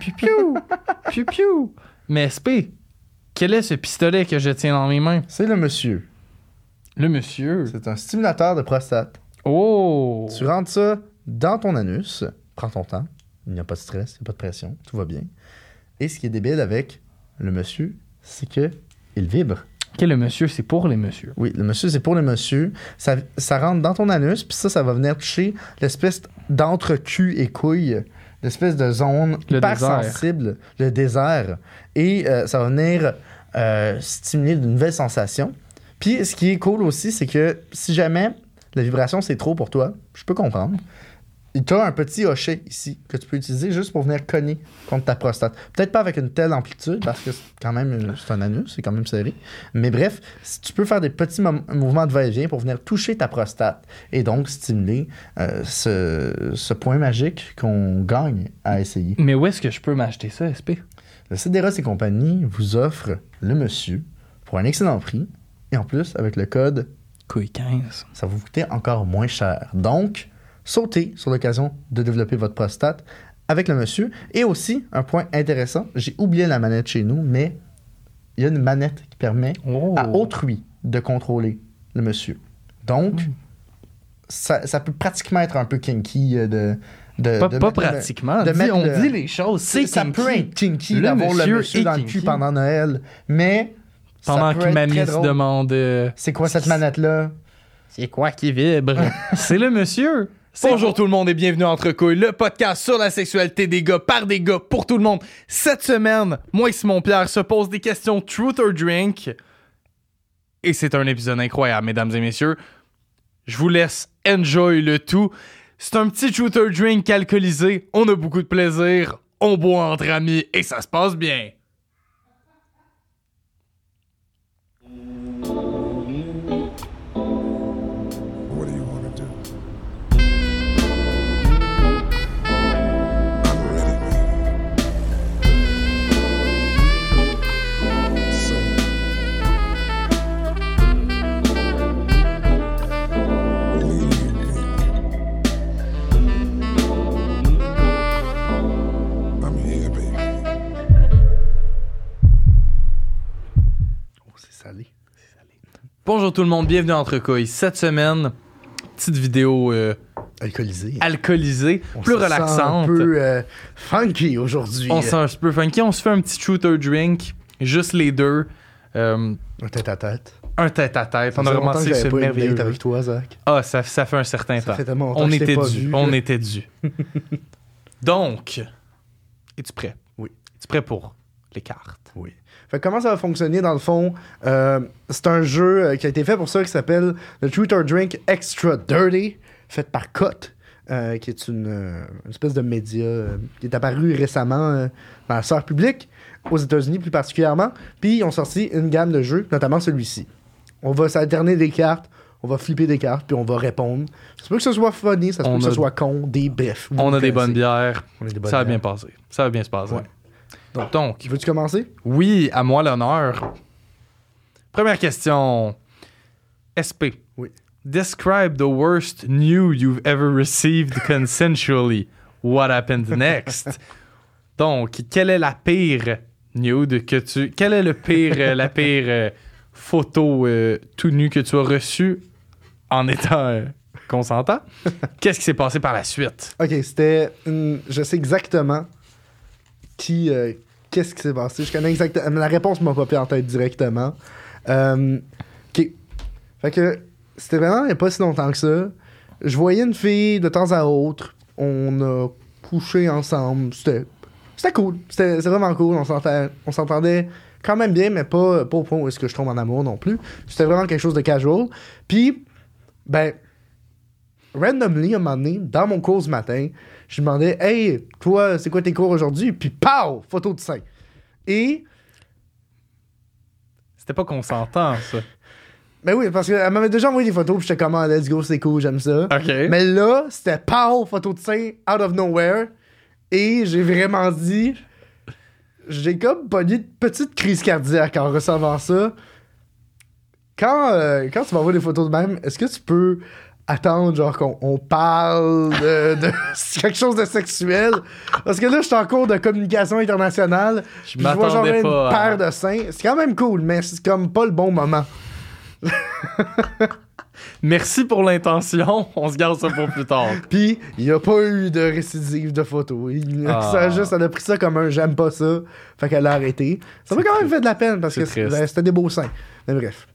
Piu piou, piu piou. Mais SP, quel est ce pistolet que je tiens dans mes mains? C'est le monsieur. Le monsieur. C'est un stimulateur de prostate. Oh! Tu rentres ça dans ton anus. Prends ton temps. Il n'y a pas de stress, il n'y a pas de pression. Tout va bien. Et ce qui est débile avec le monsieur, c'est que il vibre. Ok, le monsieur, c'est pour les messieurs. Oui, le monsieur, c'est pour le monsieur. Ça, ça rentre dans ton anus, puis ça, ça va venir toucher l'espèce d'entre-cul et couille, l'espèce de zone Le pas désert. sensible, le désert. Et euh, ça va venir euh, stimuler de nouvelles sensations. Puis ce qui est cool aussi, c'est que si jamais la vibration, c'est trop pour toi, je peux comprendre. Tu as un petit hochet ici que tu peux utiliser juste pour venir cogner contre ta prostate. Peut-être pas avec une telle amplitude parce que c'est quand même euh, c'est un anus, c'est quand même serré. Mais bref, si tu peux faire des petits mom- mouvements de va-et-vient pour venir toucher ta prostate et donc stimuler euh, ce, ce point magique qu'on gagne à essayer. Mais où est-ce que je peux m'acheter ça, SP? Le Cédéros et compagnie vous offre le monsieur pour un excellent prix et en plus avec le code Couille 15. ça va vous coûter encore moins cher. Donc, sautez sur l'occasion de développer votre prostate avec le monsieur. Et aussi, un point intéressant, j'ai oublié la manette chez nous, mais il y a une manette qui permet Oh! à autrui de contrôler le monsieur. Donc, Hmm. ça, ça peut pratiquement être un peu kinky euh, de... de- Pas, de pas mettre le- pratiquement. de Dis- mettre on le- dit les choses. C'est ça kinky. peut être kinky Le d'avoir le monsieur monsieur est dans le kinky. cul pendant Noël, mais ça Pendant peut que être très mamie se drôle. demande euh, C'est quoi cette manette-là? C'est quoi qui vibre? c'est le monsieur! C'est- Bonjour tout le monde et bienvenue à Entre Couilles, le podcast sur la sexualité des gars par des gars pour tout le monde. Cette semaine, moi et Simon Pierre se pose des questions Truth or Drink. Et c'est un épisode incroyable, mesdames et messieurs. Je vous laisse enjoy le tout. C'est un petit Truth or Drink alcoolisé. On a beaucoup de plaisir, on boit entre amis et ça se passe bien. What do you want to do? I'm ready, baby. So, lead me. I'm here, baby. Oh, c'est salé. Bonjour tout le monde, bienvenue à Entre Couilles. Cette semaine, petite vidéo euh, Alcoolisé. alcoolisée, On plus se sent relaxante. Un peu euh, funky aujourd'hui. Euh, On se sent un petit peu funky, on se fait un petit shooter drink, juste les deux, euh, Un tête à tête. un tête à tête. Ça On a faisait longtemps que commencé ce j'avais pas une merveilleux. date avec toi, Zach. Ah, ça, ça fait un certain Ça temps. fait tellement longtemps On que je t'ai était pas dû. vu. On était dû. Donc, es-tu prêt? Oui. Es-tu prêt pour les cartes? Oui. Fait que comment ça va fonctionner dans le fond? Euh, c'est un jeu euh, qui a été fait pour ça qui s'appelle le Truth or Drink Extra Dirty, fait par Cote, euh, qui est une, euh, une espèce de média euh, qui est apparu récemment euh, dans la sphère publique, aux États-Unis plus particulièrement. Puis ils ont sorti une gamme de jeux, notamment celui-ci. On va s'alterner des cartes, on va flipper des cartes, puis on va répondre. Ça se peut que ce soit funny, ça se peut On que ce a- soit con, des brefs. vous On a des connaissez. bonnes bières. On a des bonnes Ça va bien bières. passer. Ça va bien se passer. Ouais. Donc, Veux-tu commencer? oui, à moi l'honneur. Première question. SP. Oui. Describe the worst new you've ever received consensually. What happened next? Donc, quelle est la pire nude que tu. Quelle est le pire, euh, la pire euh, photo euh, tout nu que tu as reçue en étant euh, consentant? Qu'est-ce qui s'est passé par la suite? Ok, c'était. une- Je sais exactement qui. euh, Qu'est-ce qui s'est passé. Je connais exactement. La réponse m'a popé en tête directement. Euh, ok. Fait que c'était vraiment il n'y a pas si longtemps que ça. Je voyais une fille de temps à autre. On a couché ensemble. C'était. C'était cool. C'était c'était vraiment cool. On s'entend- on s'entendait quand même bien, mais pas, pas au point où est-ce que je tombe en amour non plus. C'était vraiment quelque chose de casual. Puis, ben, randomly, un moment donné, dans mon cours ce matin, je lui demandais Hey, toi, c'est quoi tes cours aujourd'hui Puis, pow Photo de sein. Et, C'était pas consentant, ça. ben oui, parce qu'elle m'avait déjà envoyé des photos, puis j'étais comme Ah, Let's go, c'est cool, j'aime ça. OK. Mais là, c'était pow Photo de sein, out of nowhere. Et j'ai vraiment dit J'ai comme pogné de petites crises cardiaques en recevant ça. Quand, euh, quand tu m'envoies des photos de même, est-ce que tu peux attendre genre qu'on on parle de, de quelque chose de sexuel parce que là je suis en cours de communication internationale puis je vois genre m'attendais une pas à- paire de seins c'est quand même cool mais c'est comme pas le bon moment Merci pour l'intention. On se garde ça pour plus tard. puis il y a pas eu de récidive de photo Il- Ah. ça a juste elle a pris ça comme un j'aime pas ça fait qu'elle a arrêté ça m'a quand même fait de la peine parce C'est que triste. c'était c'était des beaux seins mais bref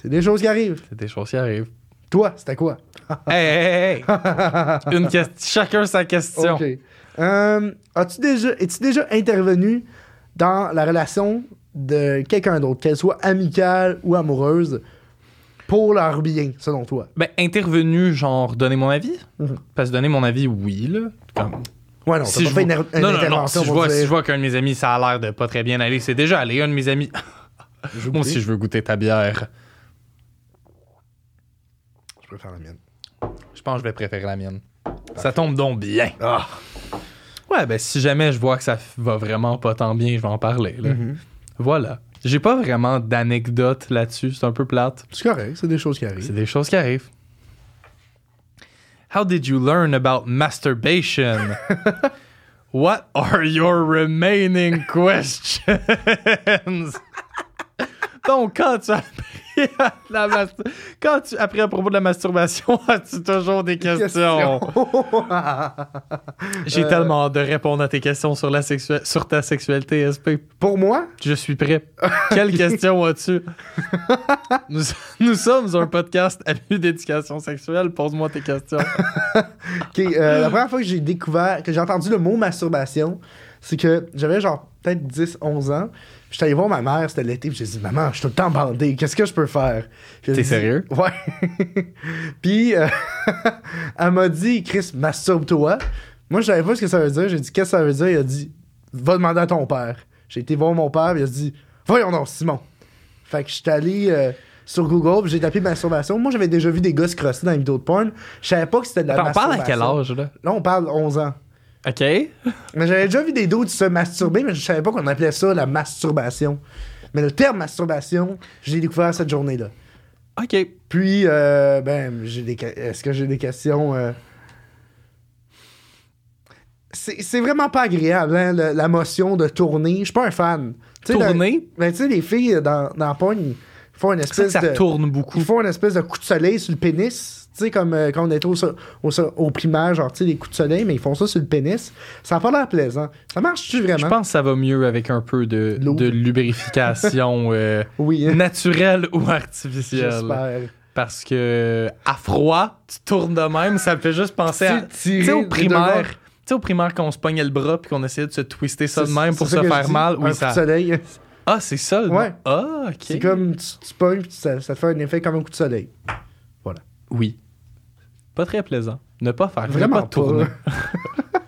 c'est des choses qui arrivent C'est des choses qui arrivent. toi c'était quoi hey, hey, hey, hey. Une ques- Chacun sa question. Ok. Euh, as-tu déjà, es-tu déjà intervenu dans la relation de quelqu'un d'autre, qu'elle soit amicale ou amoureuse, pour leur bien, selon toi? Ben, intervenu, genre, donner mon avis? Mhm. Parce que donner mon avis, oui, là. Comme- Ouais, non, si t'as je pas fait vois- une, non, une non, non, intervention si je, pour vois, dire, si je vois qu'un de mes amis, ça a l'air de pas très bien aller, c'est déjà allé, un de mes amis. J'oublie, Moi aussi, je veux goûter ta bière. je préfère la mienne. Je pense que je vais préférer la mienne. Ça tombe donc bien. Ah. Ouais, ben si jamais je vois que ça f- va vraiment pas tant bien, je vais en parler. là. Mhm. Voilà. J'ai pas vraiment d'anecdote là-dessus, c'est un peu plate. C'est correct, c'est des choses qui C'est arrivent. des choses qui arrivent. How did you learn about masturbation? What are your remaining questions? Donc, quand tu as appris à la mastur- quand tu as appris à propos de la masturbation, as-tu toujours des questions? J'ai Euh. tellement hâte de répondre à tes questions sur, la sexua- sur ta sexualité, SP. Pour moi, Je suis prêt. Quelle question as-tu? nous, nous sommes un podcast à but d'éducation sexuelle. Pose-moi tes questions. ok, euh, la première fois que j'ai découvert, que j'ai entendu le mot masturbation, c'est que j'avais genre peut-être 10, 11 ans. puis J'étais allé voir ma mère, c'était l'été, puis j'ai dit, maman, je suis tout le temps bandé, qu'est-ce que je peux faire? Puis elle T'es dit- sérieux? Ouais. puis euh, elle m'a dit, Chris, masturbe-toi. Moi, je savais pas ce que ça veut dire. J'ai dit, qu'est-ce que ça veut dire? Il a dit, va demander à ton père. J'ai été voir mon père, puis il a dit, voyons donc, Simon. Fait que j'étais allé euh, sur Google, puis j'ai tapé masturbation. Moi, j'avais déjà vu des gars se crosser dans les vidéos de porn. Je savais pas que c'était de la on parle à quel masturbation. âge, là? Là, on parle 11 ans. OK. Mais j'avais déjà vu des doutes se masturber, mais je savais pas qu'on appelait ça la masturbation. Mais le terme masturbation, je l'ai découvert cette journée-là. OK. Puis, euh, ben, j'ai des que- est-ce que j'ai des questions? euh? C'est c'est vraiment pas agréable, hein, le- la motion de tourner. Je suis pas un fan. Tu sais, Tourner? dans- Ben, tu sais, les filles dans, dans Pong, ils font une C'est espèce que ça de... tourne beaucoup. Ils font une espèce de coup de soleil sur le pénis. Tu sais, comme euh, quand on était au, so- au, so- au primaire, genre, tu sais, les coups de soleil, mais ils font ça sur le pénis. Ça n'a pas l'air plaisant. Ça marche-tu Je vraiment? pense que ça va mieux avec un peu de, L'eau. de lubrification euh, Oui, hein, naturelle ou artificielle. j'espère. Parce que à froid, tu tournes de même, ça me fait juste penser à... Tu sais, au primaire, tu sais, au primaire, quand on se pognait le bras puis qu'on essayait de se twister ça de même pour se faire mal, oui, un ça... coup de soleil. Ah, c'est ça, le nom? Ouais. Ah, OK. C'est comme tu, tu pognes, puis ça, ça te fait un effet comme un coup de soleil. Oui. Pas très plaisant. Ne pas faire. Vraiment ne pas tourner. pas.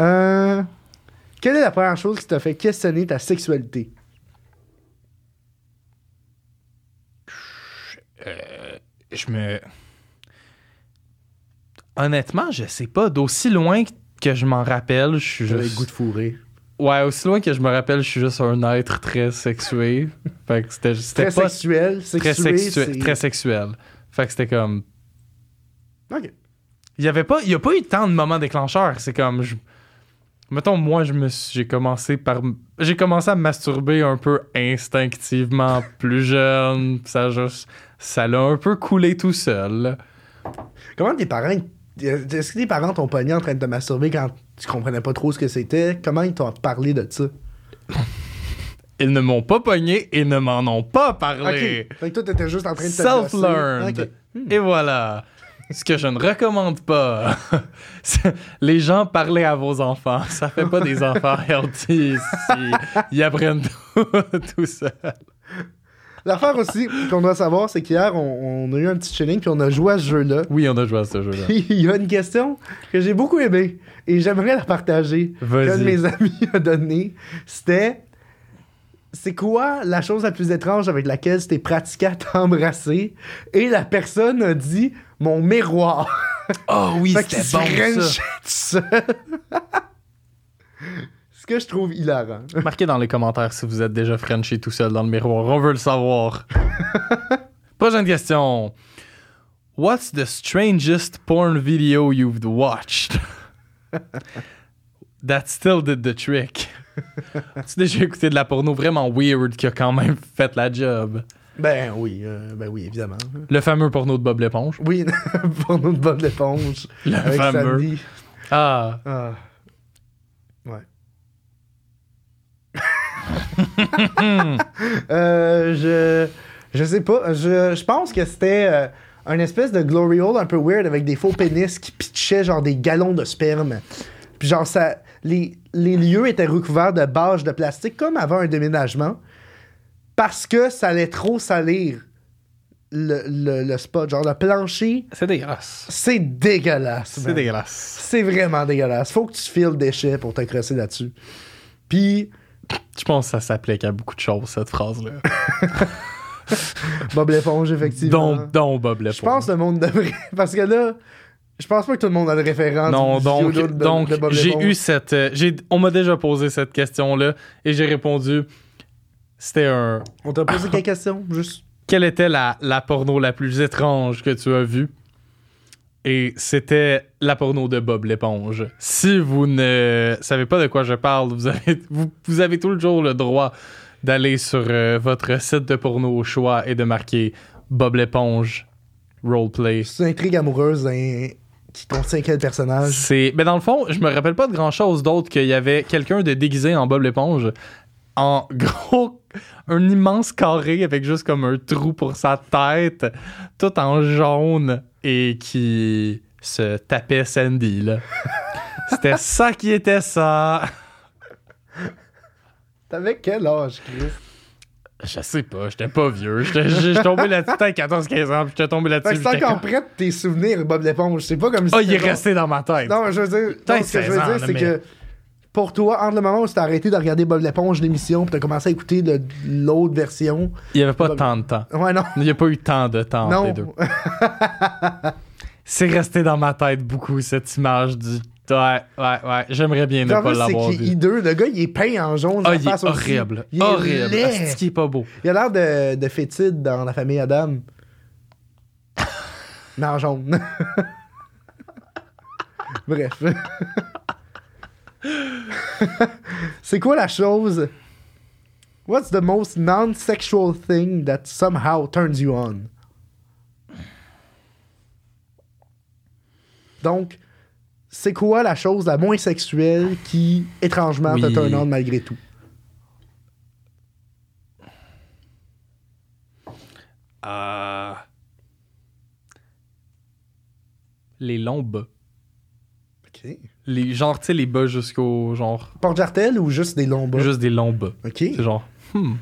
Euh, quelle est la première chose qui t'a fait questionner ta sexualité? Je me... Honnêtement, je sais pas. D'aussi loin que je m'en rappelle, je suis J'avais le juste... goût de fourrer. Ouais, aussi loin que je me rappelle, je suis juste un être très sexué. fait que c'était c'était Très pas sexuel, très sexué, sexuel. c'est- Très sexuel. Fait que c'était comme... Ok. Il y avait pas... Il y a pas eu tant de moments déclencheurs. C'est comme... je- Mettons, moi, je me suis- j'ai commencé par... m- J'ai commencé à me masturber un peu instinctivement plus jeune. puis Ça a juste... Ça l'a un peu coulé tout seul. Comment tes parents... Est-ce que tes parents t'ont pogné en train de te masturber quand tu comprenais pas trop ce que c'était? Comment ils t'ont parlé de ça? Ils ne m'ont pas pogné et ne m'en ont pas parlé. Ok. Fait que toi, t'étais juste en train de te Self-learned. gosser. Ok. Et voilà. Ce que je ne recommande pas. C'est- Les gens, parlez à vos enfants. Ça fait pas des enfants healthy si ils apprennent tout, tout ça. L'affaire aussi qu'on doit savoir, c'est qu'hier, on, on a eu un petit chilling, puis on a joué à ce jeu-là. Oui, on a joué à ce jeu-là. Puis il y a une question que j'ai beaucoup aimée et j'aimerais la partager. Qu'un de Vas-y. mes amis a donné, c'était C'est quoi la chose la plus étrange avec laquelle tu t'es pratiqué à t'embrasser Et la personne a dit Mon miroir. Oh oui, Fait qu'il se wrenchait tout seul. Ce que je trouve hilarant. Marquez dans les commentaires si vous êtes déjà Frenchy tout seul dans le miroir. On veut le savoir. Prochaine question. What's the strangest porn video you've watched? That still did the trick. As-tu déjà écouté de la porno vraiment weird qui a quand même fait la job? Ben oui, euh, ben oui, évidemment. Le fameux porno de Bob l'éponge. Oui, pour nous de bonne éponge. Le Avec fameux. Sandy. Ah, Ah. Ouais. Euh, je. Je sais pas. Je, je pense que c'était euh, un espèce de glory hole un peu weird avec des faux pénis qui pitchaient genre des gallons de sperme. Puis genre, ça, les, les lieux étaient recouverts de bâches de plastique comme avant un déménagement parce que ça allait trop salir le, le, le spot. Genre, le plancher, C'est dégueulasse. c'est dégueulasse. C'est Ben. man. dégueulasse. C'est vraiment dégueulasse. Faut que tu files le déchet pour te crosser là-dessus. Puis, je pense que ça s'applique à beaucoup de choses, cette phrase-là. Bob l'éponge, effectivement. Don, don Bob l'éponge. je pense que le monde devrait. Parce que là, je pense pas que tout le monde a le référent. Non, Hein, du donc, vidéo de- de- donc de Bob j'ai l'éponge. eu cette. euh, j'ai- on m'a déjà posé cette question-là et j'ai répondu. C'était un. On t'a posé quelques questions, juste. Quelle était la, la porno la plus étrange que tu as vue? Et c'était la porno de Bob l'éponge. Si vous ne savez pas de quoi je parle, vous avez, vous, vous avez tout le jour le droit d'aller sur euh, votre site de porno au choix et de marquer Bob l'éponge roleplay. C'est une intrigue amoureuse hein, qui contient quel personnage C'est. Mais dans le fond, je me rappelle pas de grand chose d'autre qu'il y avait quelqu'un de déguisé en Bob l'éponge en gros un immense carré avec juste comme un trou pour sa tête, tout en jaune et qui se tapait Sandy là. C'était ça qui était ça. T'avais quel âge, Chris Je sais pas, j'étais pas vieux. J'étais j'étais tombé là-dessus à 14-15 ans, puis j'étais tombé Fait là-dessus. que c'est j'étais encore comme- près de tes souvenirs, Bob l'éponge. C'est pas comme si. Ah, il est c'était- resté dans ma tête. Non, mais je veux dire, Putain, non, ce que je veux 16 ans, dire, là, c'est mais- que pour toi, entre le moment où tu t'es arrêté de regarder Bob l'éponge, l'émission, puis t'as commencé à écouter le- l'autre version. Il y avait pas Bob- tant de temps. Ouais, non. Il n'y a pas eu tant de temps entre les deux. Non. C'est resté dans ma tête beaucoup, cette image du. Ouais, ouais, ouais. J'aimerais bien ne Le pas problème, l'avoir c'est qu'il est vu. hideux. Le gars, il est peint en jaune. Ah, sa il est face aussi. horrible. Il est horrible. laid. Est-ce qu'il est pas beau? Il a l'air de, de fétide dans la famille Adam. Mais en jaune. Bref. c'est quoi la chose? What's the most non-sexual thing that somehow turns you on? Donc, c'est quoi la chose la moins sexuelle qui, étrangement, te Oui. turn on malgré tout? Euh, Les longs bas. OK. Les, genre, tu sais, les bas jusqu'au. Genre. Porte-jartel ou juste des longs bas? Juste des longs bas. OK. C'est genre. Hmm.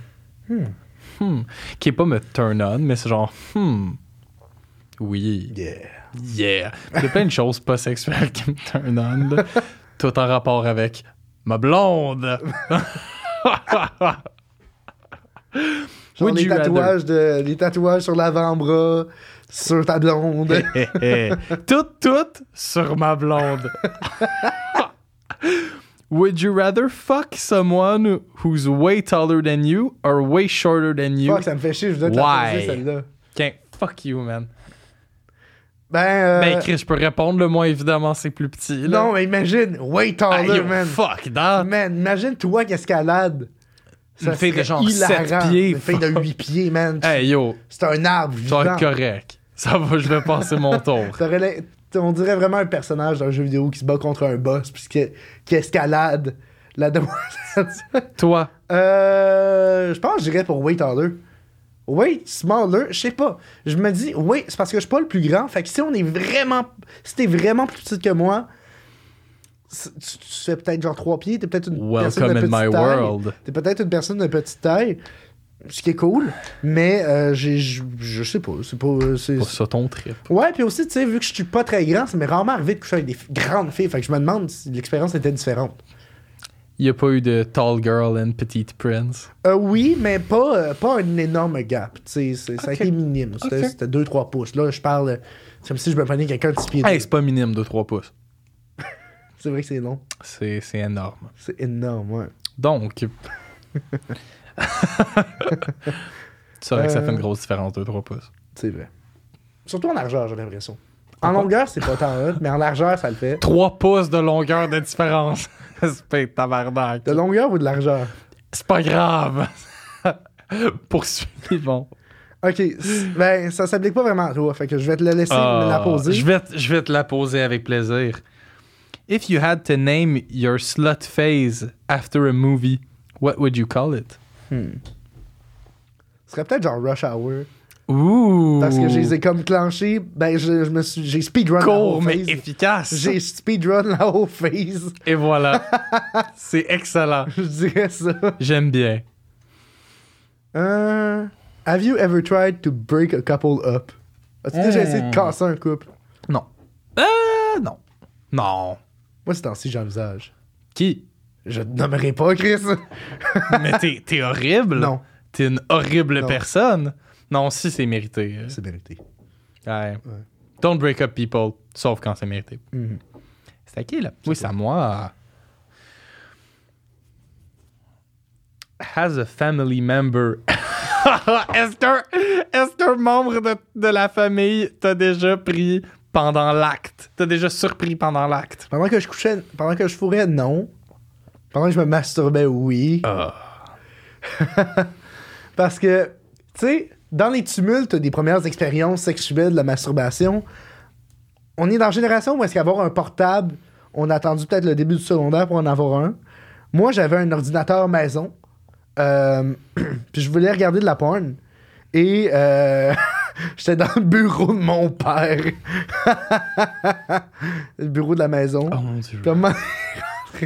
Hmm. Qui est pas me turn on, mais c'est genre. Hmm. Oui. Yeah. Yeah. Il y a plein de choses pas sexuelles qui me turn on, là. tout en rapport avec ma blonde. Genre Would les you rather? tatouages, de, les tatouages sur l'avant-bras, sur ta blonde. Hé, hé. tout, tout sur ma blonde. Would you rather fuck someone who's way taller than you or way shorter than you? Fuck, ça me fait chier, je voulais te la Why? poser, celle-là. Tiens, fuck you, man. Ben, euh, Ben, Chris, je peux répondre. Le moins, évidemment, c'est plus petit. là. non, mais imagine, way Ah, taller, yo, man. Fuck, dog. Man, imagine-toi qu'escalade. Ça Une fille de serait genre sept hilarant. pieds, Une fille de fuck. 8 pieds, man. Hey, yo, C'est un arbre tu vas vivant. être correct. Ça va, je vais passer mon tour. T'aurais l'in- t- On dirait vraiment un personnage d'un jeu vidéo qui se bat contre un boss, puis qui, qui escalade la demoiselle. Toi, Euh, je pense que j'irais pour Wait Taller. Wait Smaller, je sais pas. Je me dis, oui, c'est parce que je suis pas le plus grand. Fait que si on est vraiment. Si t'es vraiment plus petit que moi, c'est- tu, tu fais peut-être genre 3 pieds, t'es peut-être une personne welcome de in petite my taille. world. T'es peut-être une personne de petite taille, ce qui est cool, mais euh, j'ai- je je sais pas. C'est pas. euh, c'est- Pour ça, ton trip. Ouais, puis aussi, tu sais, vu que je suis pas très grand, ça m'est rarement arrivé de coucher avec des f- grandes filles. Fait que je me demande si l'expérience était différente. Il n'y a pas eu de Tall Girl and Petite Prince. Euh, oui, mais pas, euh, pas un énorme gap. tu sais, c'est- Ça a été minime. C'était Ok. 2-3 pouces. Là, je parle. euh, C'est comme si je me prenais quelqu'un de 6 pieds. Hey, deux. c'est pas minime de 3 pouces. c'est vrai que c'est long. C'est c'est énorme. C'est énorme, ouais. Donc. c'est vrai que ça fait Euh. Euh. une grosse différence de 3 pouces. C'est vrai. Surtout en largeur, j'ai l'impression. En longueur, c'est pas tant hot, mais en largeur, ça le fait. 3 pouces de longueur de différence. Espèce de tabarnak. De longueur ou de largeur? C'est pas grave. Poursuivons. Ok, s- ben, ça s'applique pas vraiment à toi, fait que je vais te le laisser me la Ah, poser. Je vais, te- je vais te la poser avec plaisir. If you had to name your slut phase after a movie, what would you call it? Ce serait peut-être genre Rush Hour. Ouh! Parce que je les ai comme clenchés, ben, je, je me suis. J'ai speedrun la court whole mais phase. efficace. J'ai speedrun la whole phase. Et voilà. C'est excellent. Je dirais ça. J'aime bien. Euh, have you ever tried to break a couple up? As-tu déjà essayé de casser un couple? Non. Euh, non. Non. Moi, c'est temps-ci, j'envisage. Qui? Je te nommerai pas, Chris. Mais t'es t'es horrible. non, T'es une horrible Non. personne. Non, si c'est mérité. euh, c'est vérité. Ah Ouais. Ouais. Don't break up people, sauf quand c'est mérité. Mhm. C'est à qui, là? Oui, c'est à moi. Has a family member. Est-ce qu'un est-ce qu'un membre de, de la famille t'a déjà pris pendant l'acte? T'as déjà surpris pendant l'acte? Pendant que je couchais, pendant que je fourrais, non. Pendant que je me masturbais, oui. Parce que, tu sais, dans les tumultes des premières expériences sexuelles de la masturbation, on est dans la génération où est-ce qu'avoir un portable, on a attendu peut-être le début du secondaire pour en avoir un. Moi, j'avais un ordinateur maison, euh, puis je voulais regarder de la porn. Et euh, j'étais dans le bureau de mon père. le bureau de la maison. Oh mon dieu. Puis à un moment donné,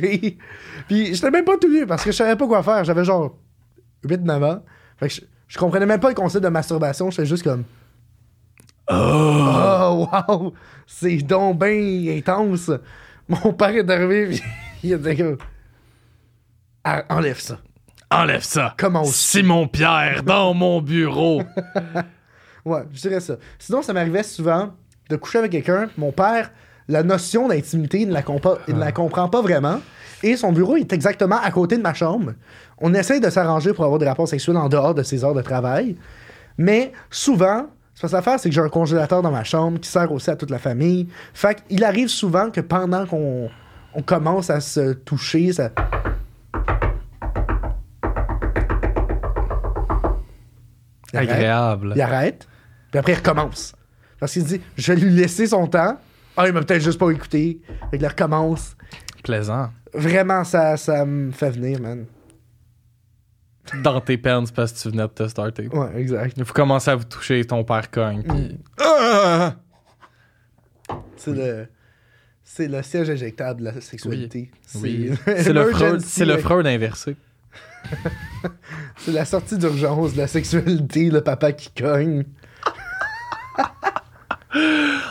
rentré. Puis j'étais même pas tout nu parce que je savais pas quoi faire. J'avais genre 8-9 ans. Fait que je, je comprenais même pas le concept de masturbation. J'étais juste comme. Oh, wow! C'est donc bien intense! Mon père est arrivé, puis il a dit comme, Ah, Enlève ça. Enlève ça. Comment aussi? Simon Pierre dans mon bureau. Ouais, je dirais ça. Sinon, ça m'arrivait souvent de coucher avec quelqu'un. Mon père, la notion d'intimité, il ne la, compa- il ne la comprend pas vraiment. Et son bureau est exactement à côté de ma chambre. On essaye de s'arranger pour avoir des rapports sexuels en dehors de ses heures de travail. Mais souvent, ce que ça fait, c'est que j'ai un congélateur dans ma chambre qui sert aussi à toute la famille. Fait qu'il arrive souvent que pendant qu'on on commence à se toucher, ça... Il arrête. Agréable. Il arrête, puis après il recommence. Parce qu'il se dit, je vais lui laisser son temps. Ah, il m'a peut-être juste pas écouté. Fait qu'il recommence. Plaisant. Vraiment, ça, ça me fait venir, man. Dans tes peines c'est parce que tu venais de te starter. Ouais, exact. Il faut commencer à vous toucher, ton père cogne. Mm, puis- C'est le. C'est le siège éjectable de la sexualité. Oui. C'est C'est le Freud, Emergency, c'est le là. Freud inversé. C'est la sortie d'urgence de la sexualité, le papa qui cogne.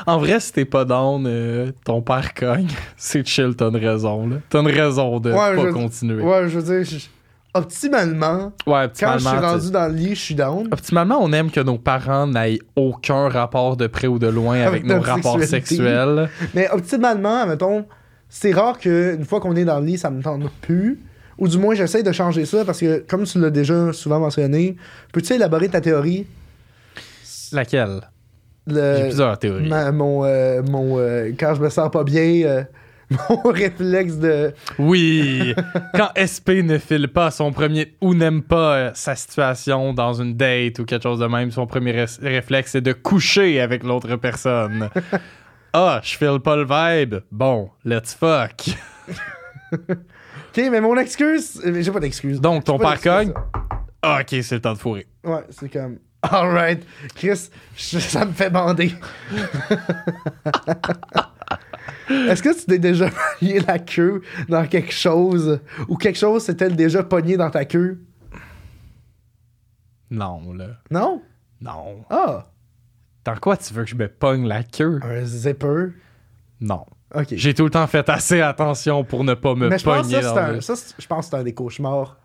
En vrai, si t'es pas down, euh, ton père cogne, c'est chill, t'as une raison. là. T'as une raison de Ouais, pas je- continuer. Ouais, Ouais, je veux dire, je- optimalement, quand je suis optimalement, rendu t'sais- dans le lit, je suis down. optimalement, on aime que nos parents n'aient aucun rapport de près ou de loin avec, Avec nos notre rapports sexualité. sexuels. Mais optimalement, mettons, c'est rare qu'une fois qu'on est dans le lit, ça me tente plus. Ou du moins, j'essaie de changer ça parce que, comme tu l'as déjà souvent mentionné, peux-tu élaborer ta théorie? Laquelle J'ai Le, plusieurs théories. ma- mon, euh, mon euh, quand je me sens pas bien, euh, mon réflexe de. Oui, quand SP ne file pas son premier ou n'aime pas euh, sa situation dans une date ou quelque chose de même, son premier res- réflexe c'est de coucher avec l'autre personne. Ah, je file pas le vibe. Bon, let's fuck. Ok, mais mon excuse. euh, J'ai pas d'excuse. Donc, ton J'ai pas père cogne. d'excuse, ça. Ah, ok, c'est le temps de fourrer. Ouais, c'est comme. Alright, Chris, je- ça me fait bander. Est-ce que tu t'es déjà lié la queue dans quelque chose ou quelque chose s'était déjà pogné dans ta queue? Non, là. Non? Non. Ah! Dans quoi tu veux que je me pogne la queue? Un zipper? Non. Ok. J'ai tout le temps fait assez attention pour ne pas me Mais je pense que pogner ça, c'est dans un, le- ça, c'est- je pense que c'est un des cauchemars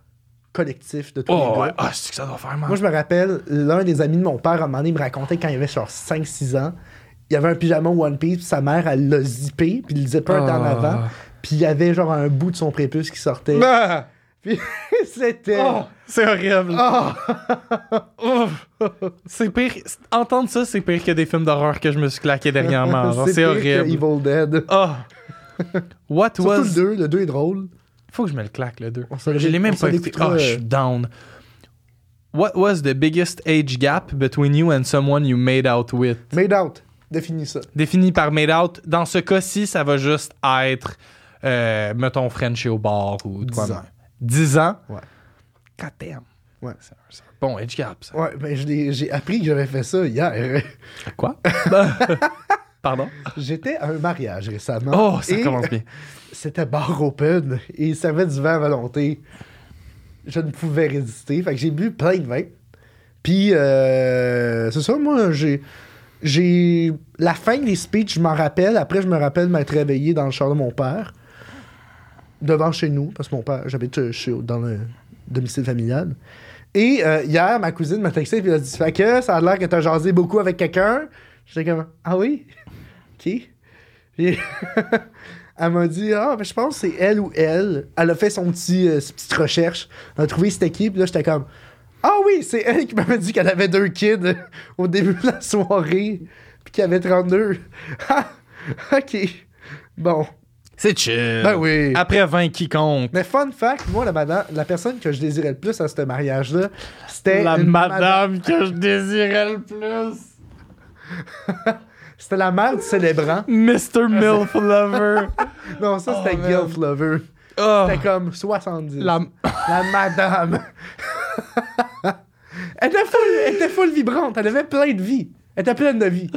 collectifs de tous Oh, les ouais. gars. Ah, c'est que ça doit faire mal. Moi, je me rappelle, l'un des amis de mon père, à un moment donné, il me racontait quand il avait genre 5-6 ans, il y avait un pyjama One Piece, puis sa mère, elle l'a zippé, puis le zipper était en Ah. avant, puis il y avait genre un bout de son prépuce qui sortait. Ah! Puis Puis c'était. Ah. Oh, c'est horrible. Ouf. C'est pire. Entendre ça, c'est pire que des films d'horreur que je me suis claqué dernièrement. genre. C'est pire que horrible. Evil Dead. Ah! What Surtout was. le 2, le 2 est drôle. Faut que je me le claque, le 2. On se Je l'ai l'é- même on pas se écouté. l'écoutera, Oh, je euh. suis down. What was the biggest age gap between you and someone you made out with? Made Out, définis ça. Défini par made out, dans ce cas-ci, ça va juste être, euh, mettons, French au bar ou de quoi. 10 ans. 10 ans? Ouais. God damn. Ouais. C'est un, c'est un bon age gap, ça. Ouais, ben je l'ai- j'ai appris que j'avais fait ça hier. Quoi? Pardon? J'étais à un mariage récemment. Oh, ça et commence bien. C'était bar open et il servait du vin à volonté. Je ne pouvais résister. Fait que j'ai bu plein de vin. Puis, euh, c'est ça, moi, j'ai. J'ai. La fin des speeches, je m'en rappelle. Après, je me rappelle m'être réveillé dans le char de mon père. Devant chez nous, parce que mon père, j'habite euh, chez- dans le domicile familial. Et euh, hier, ma cousine m'a texté et elle a dit Fait que ça a l'air que t'as jasé beaucoup avec quelqu'un. J'étais comme Ah oui Qui Puis elle m'a dit Ah, mais je pense que c'est elle ou elle. Elle a fait son petit, euh, sa petite recherche. Elle a trouvé cette équipe. Là, j'étais comme Ah oui, c'est elle qui m'avait dit qu'elle avait deux kids au début de la soirée. Puis qu'elle avait 32. Ah, ok. Bon. C'est chill. Ben oui. Après 20 qui compte. Mais fun fact, moi, la, madame, la personne que je désirais le plus à ce mariage-là, c'était. La Ben, une madame que je désirais le plus. C'était la mère du célébrant. Mr. Milf Lover. Non, ça, c'était Oh, man. Guilf Lover. Oh, C'était comme 70. la... La madame. elle, était full, elle était full vibrante. Elle avait plein de vie. Elle était pleine de vie.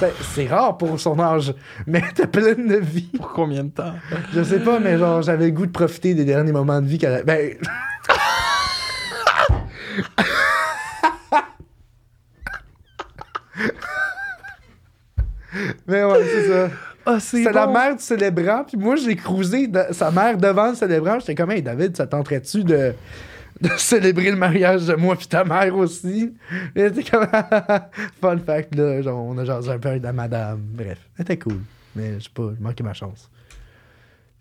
Ben, c'est rare pour son âge, mais elle était pleine de vie. Pour combien de temps? Je sais pas, mais genre, j'avais le goût de profiter des derniers moments de vie qu'elle a... Ben. mais ouais, c'est ça. Ah, c'est C'était la bon. mère du célébrant, puis moi, j'ai cruisé de- sa mère devant le célébrant. J'étais comme, hey, David, ça tenterait-tu de, de célébrer le mariage de moi puis ta mère aussi? Et elle était comme, fun fact, là, genre, on a jasé un peu avec la madame. Bref, c'était cool. Mais je sais pas, je manquais ma chance.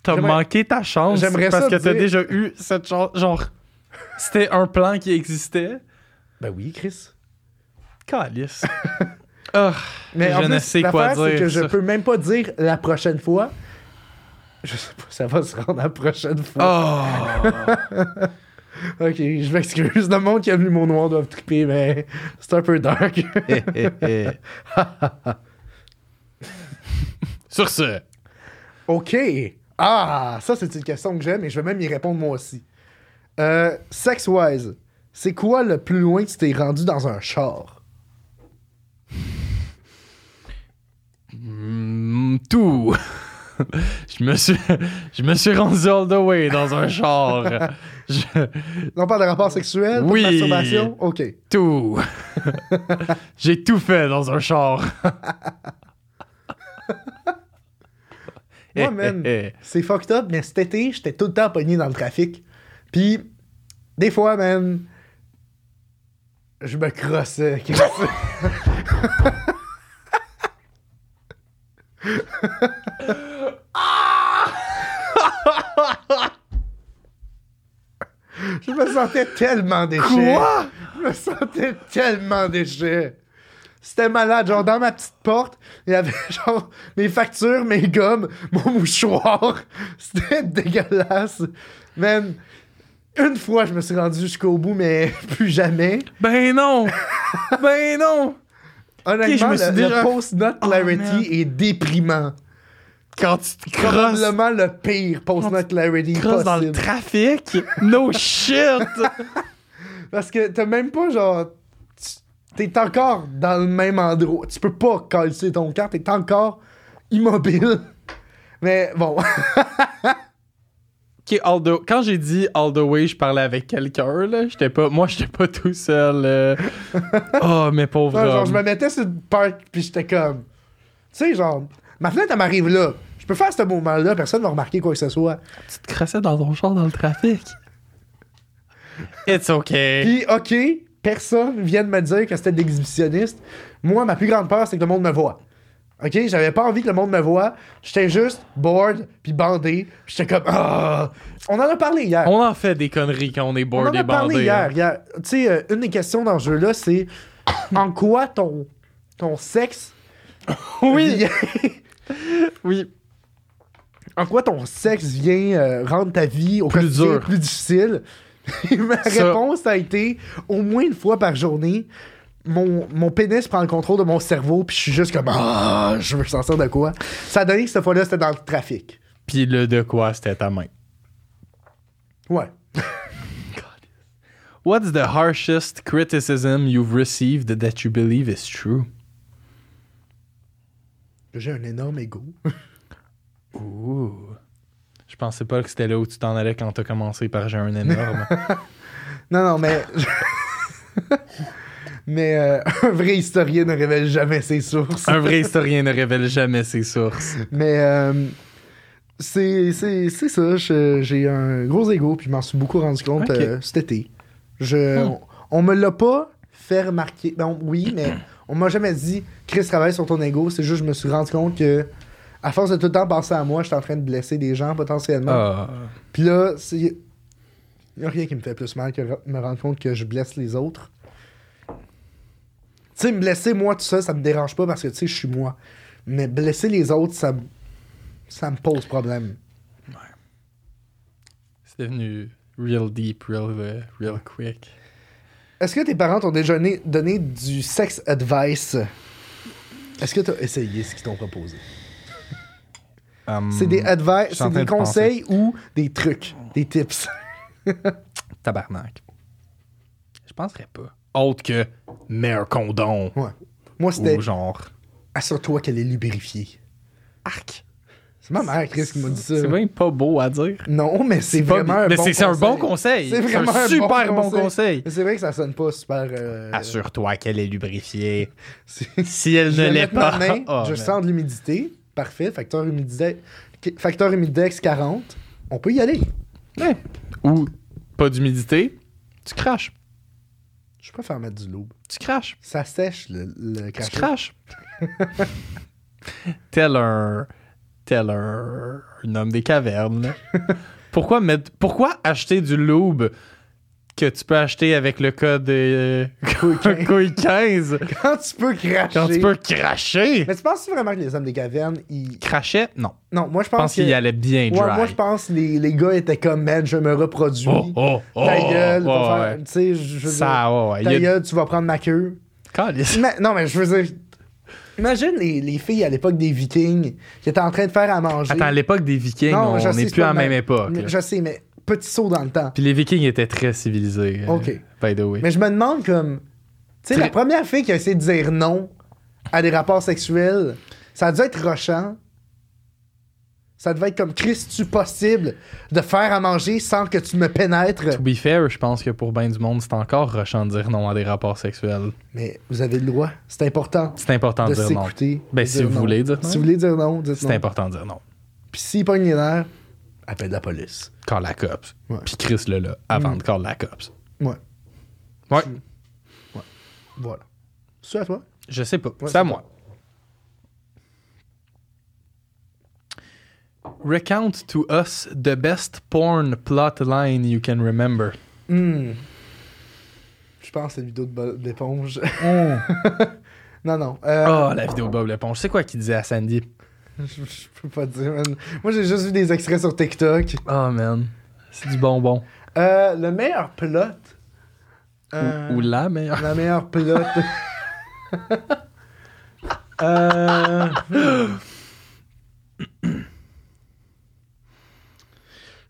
T'as J'aimerais- manqué ta chance J'aimerais parce ça que t'as dire- déjà eu cette chance. Genre, c'était un plan qui existait. Ben oui, Chris. Calice. Ah, je ne sais quoi l'affaire, c'est dire. que je ça. peux même pas dire la prochaine fois. Je sais pas, ça va se rendre la prochaine fois. Oh. Ok, je m'excuse. Le monde qui a vu mon noir doit triper, mais c'est un peu dark. Eh, Sur ce, ok. Ah, ça, c'est une question que j'aime et je vais même y répondre moi aussi. Euh, Sex-wise, c'est quoi le plus loin que tu t'es rendu dans un char? mm, tout. je me suis, je me suis rendu all the way dans un char. Je- On parle de rapport sexuel? pas de Oui. Masturbation? Ok. tout. J'ai tout fait dans un char. Eh, Moi-même. C'est fucked up, mais cet été, j'étais tout le temps pogné dans le trafic. Puis, des fois, man, je me crossais. Chris. je me sentais tellement déchet. Quoi? Je me sentais tellement déchet. C'était malade. Genre, dans ma petite porte, il y avait genre mes factures, mes gommes, mon mouchoir. C'était dégueulasse. Même une fois, je me suis rendu jusqu'au bout, mais plus jamais. Ben non! ben non! Honnêtement, Ok, je me suis le, déjà- le post-not Oh, man. clarity est déprimant. Quand tu te crosses Probablement le pire post-not clarity crosse possible. dans le trafic. No shit! Parce que t'as même pas genre. tu- T'es encore dans le même endroit. Tu peux pas calcer ton camp, t'es encore immobile. Mais bon. Ok, all the- Quand j'ai dit all the way, je parlais avec quelqu'un, là. J'étais pas... Moi, j'étais pas tout seul. euh. Oh, mes pauvres Ouais, genre, hommes. je me mettais sur le parc, puis j'étais comme. Tu sais, genre, ma fenêtre, elle m'arrive là. Je peux faire ce mouvement-là, personne va remarquer quoi que ce soit. Tu te crossais dans ton char dans le trafic. It's okay. Puis, OK, personne vient de me dire que c'était de l'exhibitionniste. Moi, ma plus grande peur, c'est que le monde me voit. OK, j'avais pas envie que le monde me voie. J'étais juste bored puis bandé. Puis J'étais comme ah. On en a parlé hier. On en fait des conneries quand on est On bored en et a parlé bandé. hier. hein. hier. Tu sais, euh, une des questions dans ce jeu-là, c'est en quoi ton, ton sexe. hein. Oui! Oui. en quoi ton sexe vient euh, rendre ta vie au quotidien dure. plus difficile? Ma Ça. réponse a été au moins une fois par journée. Mon, mon pénis prend le contrôle de mon cerveau, puis je suis juste comme Ah, je veux sortir de quoi. Ça a donné que cette fois-là, c'était dans le trafic. Puis le de quoi, c'était ta main. Ouais. What's the harshest criticism you've received that you believe is true? J'ai un énorme ego. Ouh. Je pensais pas que c'était là où tu t'en allais quand t'as commencé par j'ai un énorme. Non, non, mais. mais euh, un vrai historien ne révèle jamais ses sources. Un vrai historien ne révèle jamais ses sources. Mais euh, c'est c'est- c'est ça. je- J'ai un gros ego, puis je m'en suis beaucoup rendu compte Ok. euh, cet été. Je, on, on me l'a pas fait remarquer. Ben, oui, mais on m'a jamais dit Chris travaille sur ton ego. C'est juste que je me suis rendu compte que, à force de tout le temps penser à moi, je suis en train de blesser des gens potentiellement. Ah. Puis là, c'est. Y a rien qui me fait plus mal que re- me rendre compte que je blesse les autres. Tu sais, me blesser moi tout ça, ça me dérange pas parce que tu sais, je suis moi. Mais blesser les autres, ça, m- ça me pose problème. C'est devenu real deep, real, euh, real quick. Est-ce que tes parents t'ont déjà né- donné du sex advice? Est-ce que t'as essayé ce qu'ils t'ont proposé? Um, C'est des Hmm. advice, je suis en c'est train des de conseils ou des trucs, des tips. Tabarnak. Je penserais pas. Autre que mets un condom. Ouais. Moi, c'était Ou genre. assure-toi qu'elle est lubrifiée. Arc. C'est ma mère, Chris, qui m'a dit ça. C'est bien pas beau à dire. Non, mais c'est vraiment un mais bon c'est- c'est un bon conseil. C'est C'est un vraiment un super bon bon conseil. conseil. Mais C'est vrai que ça sonne pas super. euh, Assure-toi qu'elle est lubrifiée. c'est- Si elle Je ne vais l'est mettre ma pas. main, Oh, je man. sens de l'humidité. Parfait. Facteur humidex, facteur humidex 40. On peut y aller. Ouais. Eh. Ou pas d'humidité, tu craches. Je préfère mettre du loup. Tu craches. Ça sèche le, le Tu cachet. craches. tel un. Tel un. un homme des cavernes. pourquoi, mettre, pourquoi acheter du lube que tu peux acheter avec le code euh, couille 15 Quand tu peux cracher. quand tu peux cracher? Mais tu penses vraiment que les hommes des cavernes, ils. Crachait? Non. Non, moi je Je pense. pense qu'il y allait bien Ouais, dry. moi je pense que les, les gars étaient comme, man, je me reproduis. Oh, oh, oh, Ta gueule, oh, va ouais. faire- tu sais, je- je veux dire, Ça, ouais, ouais. Il ta y a- gueule, tu vas prendre ma queue. Calice. Mais- non, mais je veux dire. Imagine les, les filles à l'époque des Vikings qui étaient en train de faire à manger. Attends, à l'époque des Vikings, Non, je on sais, n'est c'est plus pas à la le même même. époque. Mais- là. je sais, mais petit saut dans le temps. Puis les Vikings étaient très civilisés. euh, Ok. by the way. Mais je me demande comme. Tu sais, Très- la première fille qui a essayé de dire non à des rapports sexuels, ça a dû être rochant. Ça devait être comme Chris, tu possible de faire à manger sans que tu me pénètres. To be fair, je pense que pour bien du monde, c'est encore rushant de dire non à des rapports sexuels. Mais vous avez le droit. C'est important C'est important de de dire non. s'écouter. Ben, de si dire vous non. voulez dire non. Si vous voulez dire non, dites non. C'est important de dire non. Puis s'il pogne les nerfs, appelle la police. Call la cops. Ouais. Mm. Puis Chris le là, avant de call la cops. Ouais. Ouais. Voilà. C'est à toi? Je sais pas. Ouais, c'est à c'est moi. Recount to us the best porn plot line you can remember. Hmm. Je pense que c'est une vidéo de Bob l'éponge. Oh. non, non. euh, Oh, la vidéo de Bob l'éponge. C'est quoi qu'il disait à Sandy? je, je peux pas dire, man. Moi, j'ai juste vu des extraits sur TikTok. Oh, man. C'est du bonbon. Euh, le meilleur plot. euh, Ou, ou la meilleure. La meilleure plot. euh,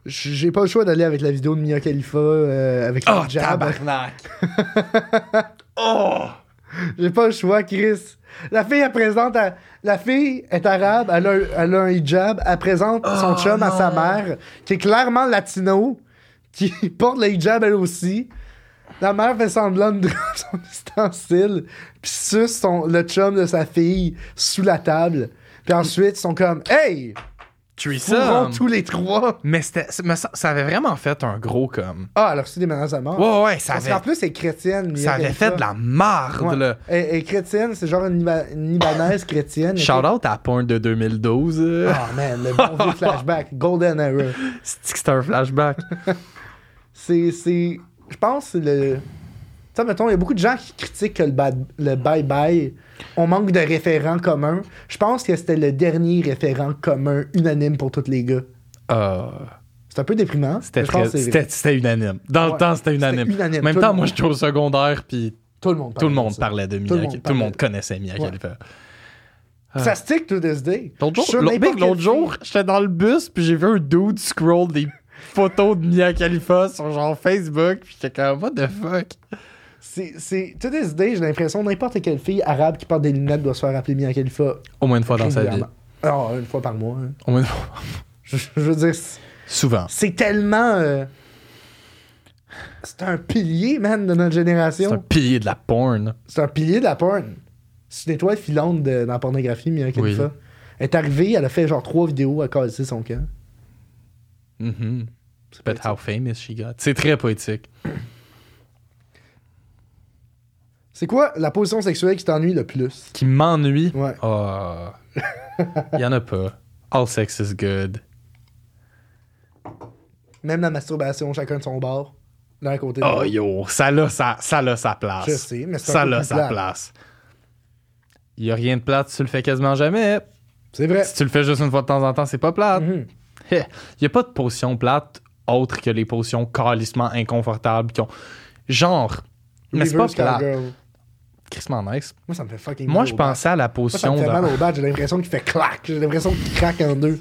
j- J'ai pas le choix d'aller avec la vidéo de Mia Khalifa euh, avec Ah, le jab. oh! J'ai pas le choix, Chris. La fille, elle présente. à- La fille est arabe, elle a, un- elle a un hijab, elle présente Oh, son chum à sa mère, qui est clairement latino, qui porte le hijab elle aussi. La mère fait semblant de drop son ustensile, puis suce son, le chum de sa fille sous la table. Puis ensuite, ils sont comme Hey, threesome. Fourrons tous les trois. Mais c'était, ça me sem- ça avait vraiment fait un gros comme. Ah, alors c'est des menaces à mort. Ouais, ouais, ça Parce avait, qu'en plus, elle est chrétienne. ça avait fait de la marde, Ouais. là. Elle, elle est chrétienne, c'est genre une, Liba- une Libanaise chrétienne. Shout out à Point de 2012. euh. Ah, man, le bon vieux flashback. Golden Era. C'est que c'était un flashback. C'est. c'est- Je pense que c'est le. Tu sais, mettons, il y a beaucoup de gens qui critiquent que le bad- le bye-bye, on manque de référents communs. Je pense que c'était le dernier référent commun unanime pour tous les gars. Euh, C'est un peu déprimant. c'était, mais je pense très, que c'est vrai. c'était, c'était unanime. Dans le Ouais, temps, c'était c'était unanime. unanime. En même Tout temps, le moi, monde- j'étais au secondaire, puis Tout le monde tout le parlait de monde ça. parlait de Mia Tout le Khalifa. monde Tout le parlait. monde connaissait Mia Ouais. Khalifa. Ça stick to this day. L'autre jour, Sur l'autre- n'importe mec, l'autre quel jour, film. j'étais dans le bus, puis j'ai vu un dude scroll des photos de Mia Khalifa sur genre Facebook, puis j'étais comme, what the fuck? C'est, c'est, to this day, j'ai l'impression n'importe quelle fille arabe qui porte des lunettes doit se faire appeler Mia Khalifa. Au moins une fois dans sa vie. régulièrement. Ah, une fois par mois. hein. Au moins une fois. Je, je veux dire, c'est- Souvent. c'est tellement. euh, c'est un pilier, man, de notre génération. C'est un pilier de la porn. C'est un pilier de la porn. C'est une étoile filante de, dans la pornographie, Mia Khalifa. Oui. Elle est arrivée, elle a fait genre trois vidéos à causer son camp. Mhm. But how famous she got. C'est très poétique. C'est quoi la position sexuelle qui t'ennuie le plus? Qui m'ennuie. Ouais. Oh. Il y en a pas. All sex is good. Même la masturbation, chacun de son bord, d'un côté. de Oh l'autre. yo, ça là, ça, ça là, sa place. Je sais, mais c'est un Ça peu là, plus sa plate. place. Il y a rien de plate, tu le fais quasiment jamais. C'est vrai. Si tu le fais juste une fois de temps en temps, c'est pas plate. Mhm. Il n'y a pas de potion plate autre que les potions calissement inconfortables qui ont. Genre. Mais c'est pas Reverse plate. cowgirl. Crissement nice. Moi, ça me fait fucking Moi, mal je au bas. pensais à la Moi, ça potion. me fait dans- mal au badge. J'ai l'impression qu'il fait clac. J'ai l'impression qu'il craque en deux.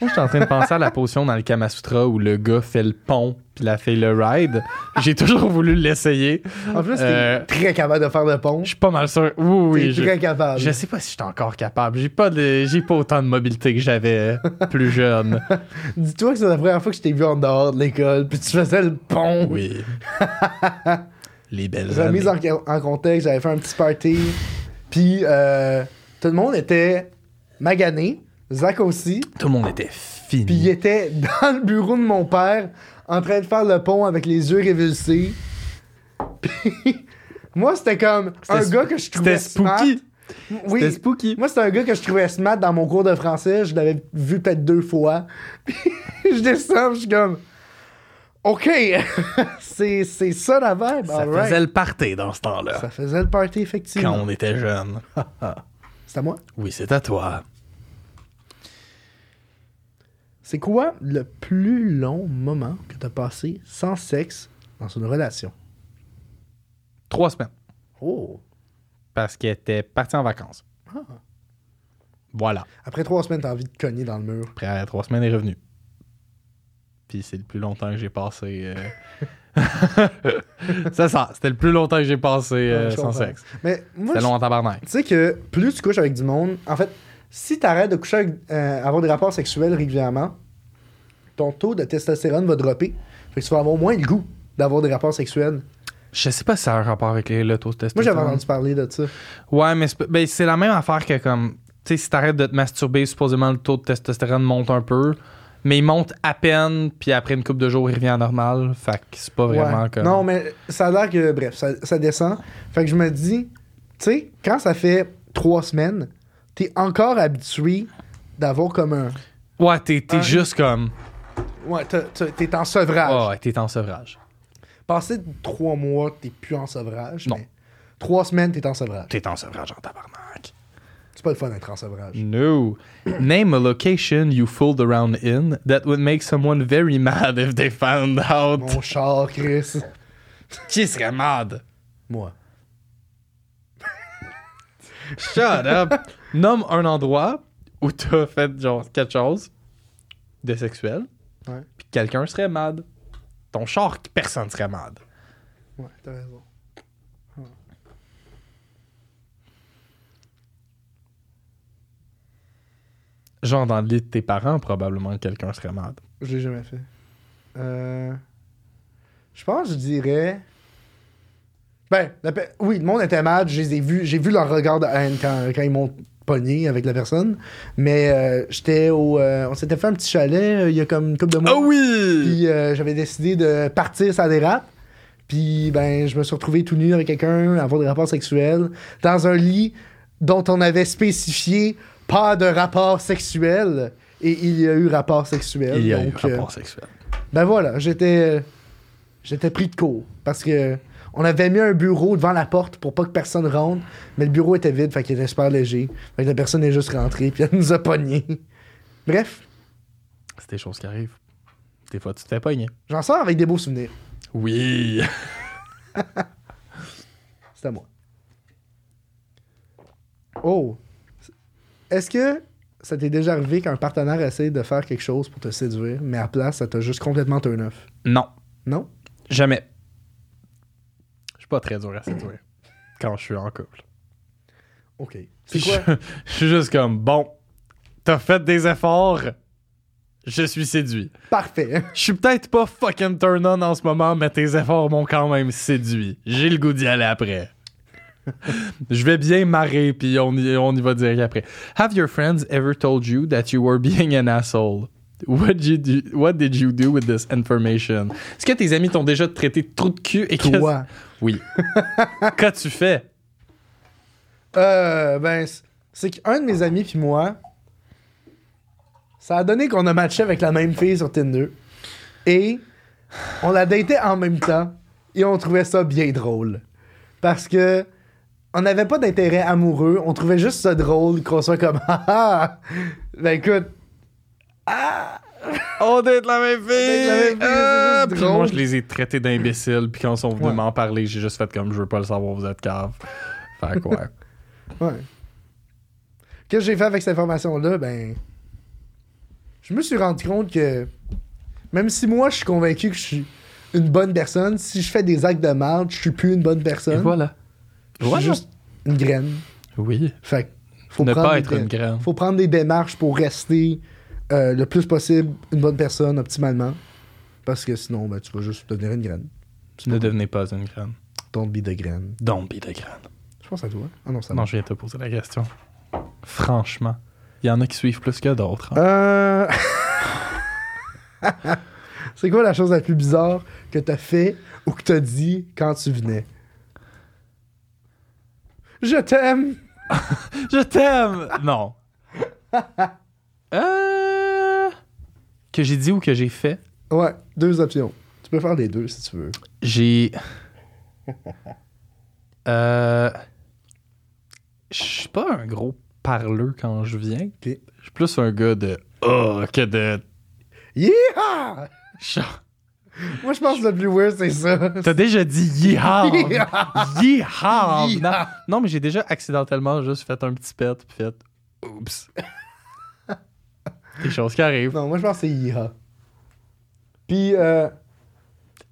Moi, j'étais en train de penser à la potion dans le Kamasutra où le gars fait le pont puis la fait le ride. J'ai toujours voulu l'essayer. En plus, t'es Euh, très capable de faire le pont. Je suis pas mal sûr. Oui, T'es oui. très Je, capable. je sais pas si j'étais encore capable. J'ai pas, de- j'ai pas autant de mobilité que j'avais plus jeune. Dis-toi que c'est la première fois que je t'ai vu en dehors de l'école, puis tu faisais le pont. Oui. Les belles années. Remise en, en contexte, j'avais fait un petit party, puis euh, tout le monde était magané, Zach aussi, Tout le monde était puis il fini. était dans le bureau de mon père, en train de faire le pont avec les yeux révulsés. Puis moi, c'était comme un C'était gars que je trouvais C'était smart. spooky. Oui, C'était spooky. Moi, c'était un gars que je trouvais smart dans mon cours de français. Je l'avais vu peut-être deux fois. Puis je descends, je suis comme... OK, c'est c'est ça la vibe, Ça alright. faisait le party dans ce temps-là. Ça faisait le party, Quand effectivement. on était jeune. C'est à moi. Oui, c'est à toi. C'est quoi le plus long moment que t'as passé sans sexe dans une relation? Trois semaines. Oh! Parce qu'elle était partie en vacances. Voilà. Après trois semaines, t'as envie de cogner dans le mur. Après euh, trois semaines, elle est revenue. Puis c'est le plus longtemps que j'ai passé. euh, c'est ça, c'était le plus longtemps que j'ai passé euh, Ouais, je sans comprends. sexe. Mais moi, C'était je- long en tabarnak. tu sais que plus tu couches avec du monde, en fait, si t'arrêtes de coucher avec, euh, avoir des rapports sexuels régulièrement, ton taux de testostérone va dropper. Fait que tu vas avoir moins le goût d'avoir des rapports sexuels. Je sais pas si ça a un rapport avec les lotos Moi, j'avais entendu parler de ça. Ouais, mais c'est pas- ben, c'est la même affaire que comme. Tu sais, si t'arrêtes de te masturber, supposément le taux de testostérone monte un peu. Mais il monte à peine, puis après une couple de jours, il revient à normal. Fait que c'est pas vraiment Ouais. comme. Non, mais ça a l'air que, bref, ça, ça descend. Fait que je me dis, tu sais, quand ça fait trois semaines, t'es encore habitué d'avoir comme un. Ouais, Ah, t'es t'es Un- juste comme. Ouais, t'as- t'as- t'es en sevrage. Ouais, t'es en sevrage. Passé trois mois, t'es plus en sevrage. Non. mais trois semaines, t'es en sevrage. T'es en sevrage en tabarnak. C'est pas le fun d'être en sevrage. No. Name a location you fooled around in that would make someone very mad if they found out. Mon char, Chris. Qui serait mad? Moi. Shut up. Nomme un endroit où t'as fait genre quelque chose de sexuel. Ouais. Puis quelqu'un serait mad. Ton char, personne serait mad. Ouais, t'as raison. Genre dans le lit de tes parents, probablement quelqu'un serait mad. Je l'ai jamais fait. Euh, Je pense que je dirais. Ben, la pe- oui, le monde était mad. Je les ai vus- J'ai vu leur regard de haine quand, quand ils m'ont pogné avec la personne. Mais euh, j'étais au. euh, on s'était fait un petit chalet euh, il y a comme une couple de mois. Oh oui! Puis euh, j'avais décidé de partir ça dérape. Puis ben je me suis retrouvé tout nu avec quelqu'un, avoir des rapports sexuels, dans un lit dont on avait spécifié pas de rapport sexuel. Et il y a eu rapport sexuel. Il y a eu donc, rapport sexuel. euh, ben voilà, j'étais j'étais pris de court parce que on avait mis un bureau devant la porte pour pas que personne rentre, mais le bureau était vide, fait qu'il était super léger. Fait que la personne est juste rentrée puis elle nous a pognés. Bref, C'est des choses qui arrivent. Des fois, tu te fais pogner. j'en sors avec des beaux souvenirs. Oui! C'est à moi. Oh. Est-ce que ça t'est déjà arrivé qu'un partenaire essaie de faire quelque chose pour te séduire, mais à place, ça t'a juste complètement turn off? Non. Non? Jamais. Je suis pas très dur à séduire quand je suis en couple. OK. C'est Puis quoi? Je, je suis juste comme, bon, t'as fait des efforts, je suis séduit. Parfait. Je suis peut-être pas fucking turn on en ce moment, mais tes efforts m'ont quand même séduit. J'ai le goût d'y aller après. Je vais bien marrer, puis on y, on y va direct après. Have your friends ever told you that you were being an asshole? What, you do, what did you do with this information? Est-ce que tes amis t'ont déjà traité de trou de cul et que- Toi. Oui. Qu'as-tu fait? Euh, ben, c- c'est qu'un de mes amis puis moi, ça a donné qu'on a matché avec la même fille sur Tinder. Et on la datait en même temps. Et on trouvait ça bien drôle. Parce que on n'avait pas d'intérêt amoureux. On trouvait juste ça drôle qu'on soit comme, ah ah. Ben écoute, On est de la même la même fille, fille! c'est Ah! juste Puis drôle. moi, je les ai traités d'imbéciles, puis quand ils sont venus Ouais. m'en parler, j'ai juste fait comme je veux pas le savoir, vous êtes cave. Fait quoi? ouais. Qu'est-ce que j'ai fait avec cette information-là? Ben, je me suis rendu compte que même si moi je suis convaincu que je suis une bonne personne, si je fais des actes de merde, je suis plus une bonne personne. voilà. Je suis juste une graine. Oui. Fait que faut ne prendre pas des être dé- une grande. Faut prendre des démarches pour rester euh, le plus possible une bonne personne optimalement. Parce que sinon, ben, tu vas juste devenir une graine. Ne devenez pas une grande. Don't be de graine. Don't be the grande. Je pense à toi. Ah non, ça Non, va. je viens de te poser la question. Franchement, il y en a qui suivent plus que d'autres. hein. Euh... C'est quoi la chose la plus bizarre que t'as fait ou que t'as dit quand tu venais? Je t'aime! Je t'aime! Non. Euh, Que j'ai dit ou que j'ai fait? Ouais, deux options. Tu peux faire les deux si tu veux. J'ai. Euh. Je suis pas un gros parleur quand je viens. Je suis plus un gars de. Oh, que de. Yeah! Genre, Moi, je pense que le plus weird, c'est ça. T'as déjà dit yeehaw! yeehaw! Non, Yeehaw! non, mais j'ai déjà accidentellement juste fait un petit pet puis fait. Oups! Des choses qui arrivent. Non, moi je pense que c'est Iha. Puis, euh,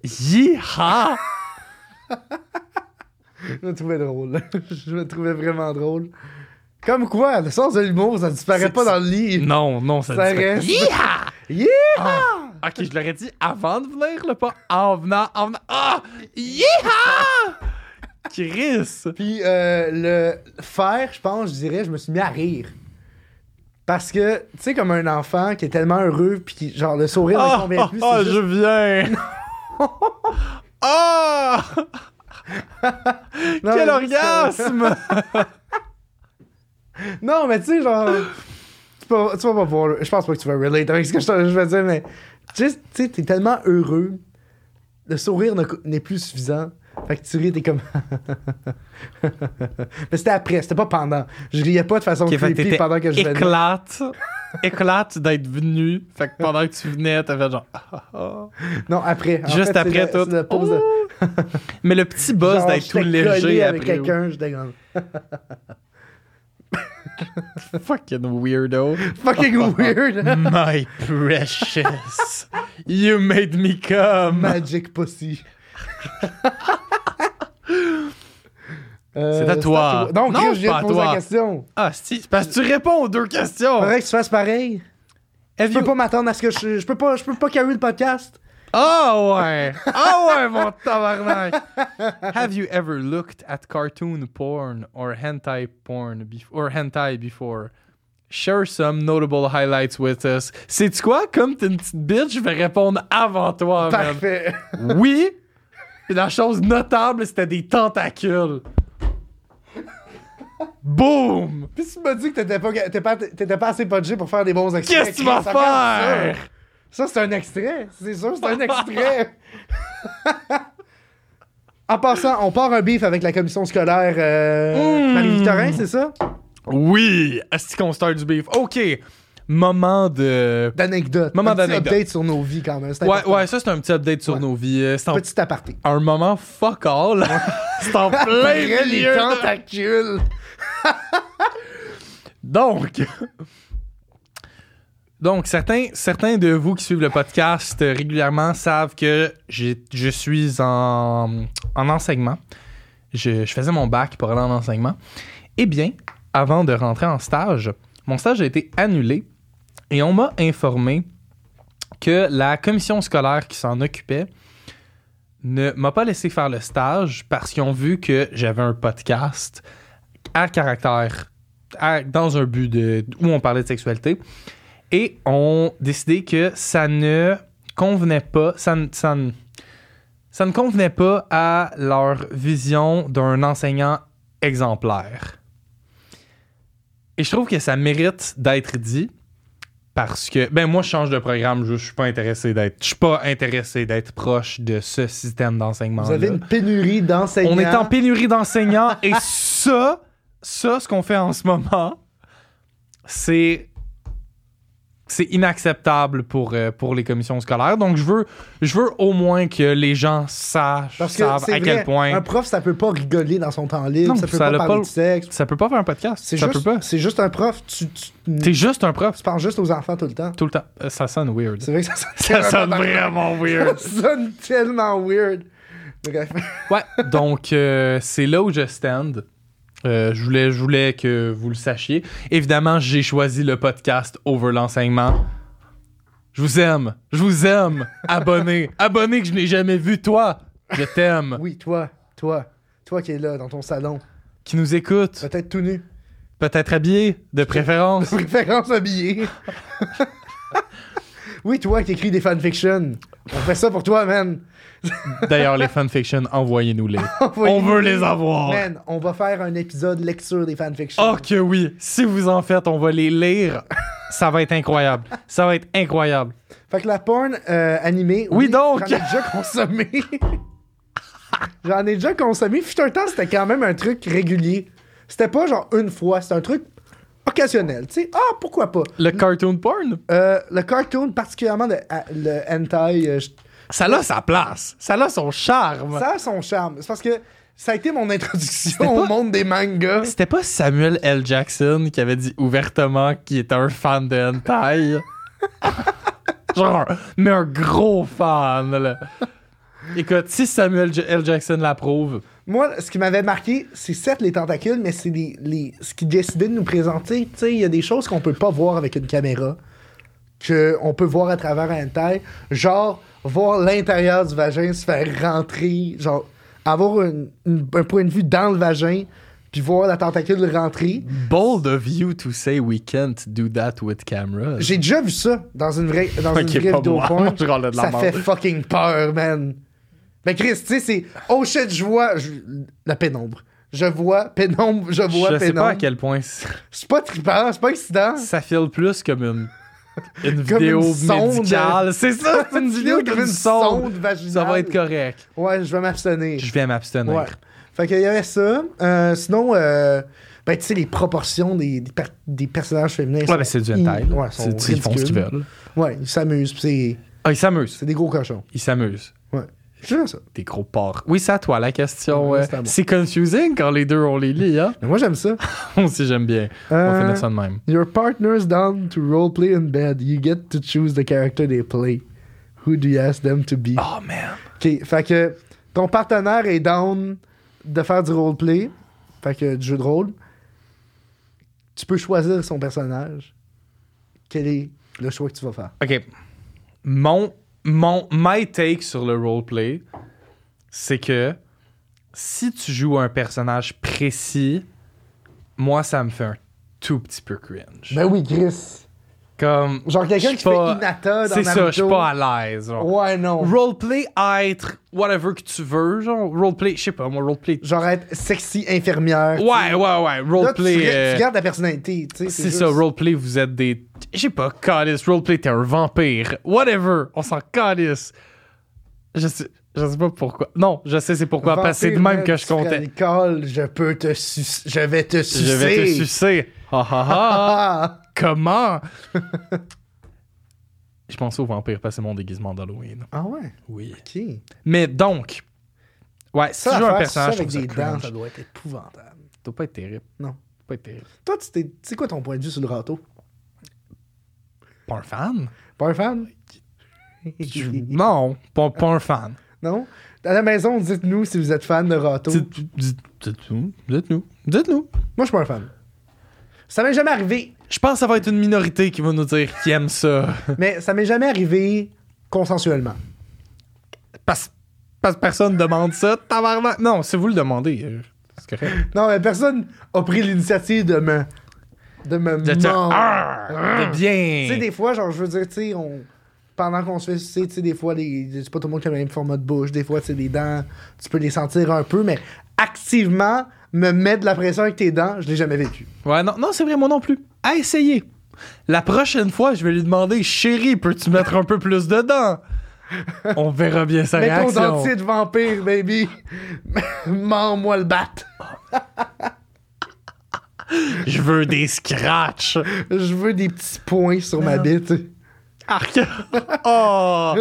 Yeehaw! je me trouvais drôle. je me trouvais vraiment drôle. Comme quoi, le sens de l'humour, ça disparaît C'est- pas dans le lit. Non, non, ça, Ça dit- reste. Yeah! Ok, je l'aurais dit avant de venir, là, pas en venant, en venant. Ah! Yeehaw! Chris! Puis, euh, le faire, je pense, je dirais, je me suis mis à rire. Parce que, tu sais, comme un enfant qui est tellement heureux, puis qui, genre, le sourire ne Ah, convaincu, ah, c'est ah, juste- je viens! Ah! Quel Non, mais juste, euh, orgasme! Non, mais tu sais, genre. Tu, peux- tu vas pas pouvoir. Je pense pas que tu vas relate avec ce que je, te- je vais dire, mais. Juste, tu sais, t'es tellement heureux. Le sourire ne- n'est plus suffisant. Fait que tu ris, t'es comme. mais c'était après, c'était pas pendant. Je riais pas de façon Ok, fait que creepy t'étais pendant que je venais. éclate, éclate d'être venu. Fait que pendant que tu venais, t'as fait genre. ah, ah, ah. Non, après. En Juste fait, c'est après le- tout. c'est le pause de- Mais le petit buzz genre, d'être tout j'étais collé léger avec après. quelqu'un, j'étais comme. oui. Fucking weirdo. Fucking weird! My precious. You made me come. Magic pussy. Euh, C'est à toi. Donc, Non, Chris, je viens pas de à poser la toi. question. Ah, si, c'est parce que tu réponds aux deux questions. Faudrait que tu fasses pareil. Have Je peux you- pas m'attendre à ce que je. Je peux pas, je peux pas carry le podcast. Ah ouais! Ah ouais, mon tabarnak! Have you ever looked at cartoon porn or hentai porn bef- or hentai before? Share some notable highlights with us. C'est quoi? Comme t'es une petite bitch, je vais répondre avant toi, man. Parfait. Oui. Puis la chose notable, c'était des tentacules. Boom! Puis tu m'as dit que t'étais pas, t'étais pas, t'étais pas assez punché pour faire des bons extraits. Qu'est-ce que tu vas Ça regarde faire? Ça, Ça, c'est un extrait. C'est sûr, c'est un extrait. en passant, on part un beef avec la commission scolaire euh, Mm. Marie-Victorin, c'est ça? Oui! Est-ce qu'on start du beef? OK. Moment de. D'anecdote. Moment Un petit d'anecdote. update sur nos vies quand même. c'est Ouais, important. ouais, ça c'est un petit update sur Ouais. nos vies. Euh, C'est en- Petit aparté. un moment fuck all. c'est en plein Après milieu. les de- tentacules. Donc, donc certains, certains de vous qui suivent le podcast euh, régulièrement savent que j'ai- je suis en, en enseignement. Je, je faisais mon bac pour aller en enseignement. Eh bien, avant de rentrer en stage, mon stage a été annulé et on m'a informé que la commission scolaire qui s'en occupait ne m'a pas laissé faire le stage parce qu'ils ont vu que j'avais un podcast à caractère à- dans un but de où on parlait de sexualité et ont décidé que ça ne convenait pas ça ne, ça ne- ça ne convenait pas à leur vision d'un enseignant exemplaire. Et je trouve que ça mérite d'être dit parce que ben moi je change de programme, je, je suis pas intéressé d'être je suis pas intéressé d'être proche de ce système d'enseignement Vous avez une pénurie d'enseignants. on est en pénurie d'enseignants et ça, ça, ce qu'on fait en ce moment, c'est c'est inacceptable pour, euh, pour les commissions scolaires. Donc, je veux, je veux au moins que les gens sachent Parce que savent c'est à vrai, quel point Un prof, ça peut pas rigoler dans son temps libre, Non, ça peut ça pas l'a parler pas- de sexe. ça peut pas faire un podcast. C'est Ça peut juste, pas. c'est juste un prof, tu, tu, T'es juste un prof tu parles juste aux enfants tout le temps. tout le temps. Euh, Ça sonne weird. C'est vrai que ça sonne, Ça sonne tellement- vraiment weird. ça sonne tellement weird. Bref. Ouais, donc euh, c'est là où je stand. Euh, je, voulais, je voulais que vous le sachiez. Évidemment, j'ai choisi le podcast over l'enseignement. Je vous aime, je vous aime, abonné, abonné que je n'ai jamais vu, toi, je t'aime, Oui, toi, toi, toi qui es là dans ton salon, qui nous écoute, peut-être tout nu, peut-être habillé, de préférence. préférence habillée. oui, toi qui écris des fanfictions. On fait ça pour toi, man. D'ailleurs, les fanfictions, envoyez-nous-les. On veut les avoir. Man, on va faire un épisode lecture des fanfictions. Oh que oui, si vous en faites, on va les lire. Ça va être incroyable, ça va être incroyable. Fait que la porn euh, animée. Oui, donc. J'en ai déjà consommé. j'en ai déjà consommé. Fut un temps, c'était quand même un truc régulier. C'était pas genre une fois, c'était un truc occasionnel. Tu sais, ah, pourquoi pas. Le cartoon porn, Euh, le cartoon, particulièrement le, à- le hentai, euh, je- ça a sa place, ça a son charme. ça a son charme. C'est parce que ça a été mon introduction C'était au pas- monde des mangas. C'était pas Samuel L. Jackson qui avait dit ouvertement qu'il était un fan de hentai? Genre, un- mais un gros fan, là. Écoute, si Samuel J- L. Jackson l'approuve, Moi, ce qui m'avait marqué, c'est certes les tentacules, mais c'est les, les- ce qu'ils décidaient de nous présenter. Tu sais, il y a des choses qu'on peut pas voir avec une caméra, qu'on peut voir à travers un taille. Genre, voir l'intérieur du vagin se faire rentrer, genre, avoir une- une- un point de vue dans le vagin, puis voir la tentacule rentrer. bold of you to say we can't do that with cameras. J'ai déjà vu ça dans une vraie, dans une Ok, vraie pas vidéo moi. porn. Je râlais de la ça merde. fait fucking peur, man. Mais Chris, tu sais, c'est oh shit, je vois je- la pénombre. Je vois pénombre, je vois Je sais pénombre. pas à quel point c- C'est pas trippant, c'est pas excitant. ça file plus comme une, une Comme vidéo une sonde. médicale. C'est ça, c'est une vidéo comme d'une sonde. vaginale. Ça va être correct. Ouais, je vais m'abstenir. Je vais m'abstenir. Ouais. Fait qu'il y avait ça. Euh, sinon, euh, ben, tu sais, les proportions des, des, per- des personnages féminins. Ouais, mais c'est du hentai. là. Ouais, C'est- sont ils font ce qu'ils ridicules. veulent. Ouais, ils s'amusent, pis c'est, Ah, ils s'amusent. c'est des gros cochons. Ils s'amusent. Ouais. C'est vraiment ça. Des gros porcs. Oui, c'est à toi la question. Ouais, euh, c'est à moi. c'est confusing quand les deux on les lit, hein? Mais moi, j'aime ça. Moi aussi, j'aime bien. On Euh, fait mettre ça de même. Your partner's down to roleplay in bed. You get to choose the character they play. Who do you ask them to be? Oh, man. Ok, fait que ton partenaire est down de faire du roleplay, fait que du jeu de rôle. Tu peux choisir son personnage. Quel est le choix que tu vas faire? OK. Mon, mon my take sur le roleplay, c'est que si tu joues un personnage précis, moi ça me fait un tout petit peu cringe. Ben oui, Chris. Comme Genre quelqu'un je qui suis pas- fait Inata dans C'est ça, je suis Naruto. pas à l'aise. genre. Ouais, non. Roleplay, être, whatever que tu veux, genre roleplay, je sais pas, moi roleplay. Genre être sexy infirmière. Ouais, ouais, ouais, Là, tu, roleplay. re- euh, tu gardes la personnalité, tu sais. C'est ça, juste- roleplay, vous êtes des. Je sais pas, calice, roleplay, t'es un vampire. Whatever, on s'en calisse. Je sais, je sais pas pourquoi. Non, je sais c'est pourquoi, Vampire, parce que c'est de même là, que je tu seras comptais. alcool, je peux te sucer. Je vais te sucer. Je vais te sucer. Ha ha ha. Ah! Comment Je pensais au vampire, parce que c'est mon déguisement d'Halloween. Ah ouais, Oui. ok. Mais donc. Ouais, si Ça, tu à joues faire, un ça personnage, je trouve ça avec des dents, cringe. ça Ça doit être épouvantable. doit pas être terrible. Non. Ça doit Pas être terrible. Toi, tu t'es- c'est quoi ton point de vue sur le râteau? Pas un fan Pas un fan? Je- Non, pas, pas un fan. non? À la maison, dites-nous si vous êtes fan de râteau. Dites- dites- Dites-nous, dites-nous, dites-nous. Moi, je suis pas un fan. Ça m'est jamais arrivé, Je pense que ça va être une minorité qui va nous dire qui aime ça. mais ça m'est jamais arrivé consensuellement. Parce, parce que personne demande ça, tabarnak. Non, si vous le demandez, euh, c'est correct. Non, mais personne a pris l'initiative de me. de me. De dire, mordre. Ah, de Tu sais, bien. des fois, genre, je veux dire, tu sais, on... pendant qu'on se fait sucer, tu sais, des fois, les... c'est pas tout le monde qui a le même format de bouche. Des fois, tu sais, les dents, tu peux les sentir un peu, mais activement, me mettre de la pression avec tes dents, je l'ai jamais vécu. Ouais, non, non c'est vrai, moi non plus. À essayer. La prochaine fois, je vais lui demander Chérie, peux-tu mettre un peu plus dedans On verra bien sa Mets ton réaction. dentier de vampire, baby. Mends-moi le bat. Je veux des scratchs. Je veux des petits points sur ma bite. Arc. Oh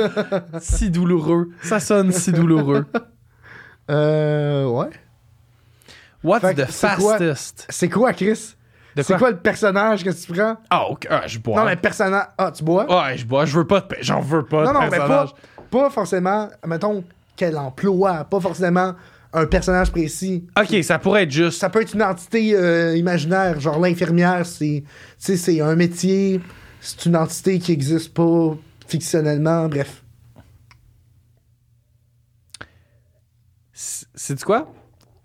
Si douloureux. Ça sonne si douloureux. Euh, ouais. What's Fait que the c'est quoi? fastest C'est quoi, Chris? De C'est quoi? quoi le personnage que tu prends? Ah, ok, ah, je bois. Non, mais personnage. Ah, tu bois? Ouais, je bois, je veux pas de pe- j'en veux pas non, de non, personnage. mais pas, pas forcément, mettons, quel emploi, pas forcément un personnage précis. Ok, ça pourrait être juste. Ça peut être une entité euh, imaginaire, genre l'infirmière, c'est tu sais, c'est un métier, c'est une entité qui n'existe pas fictionnellement, bref. C'est quoi?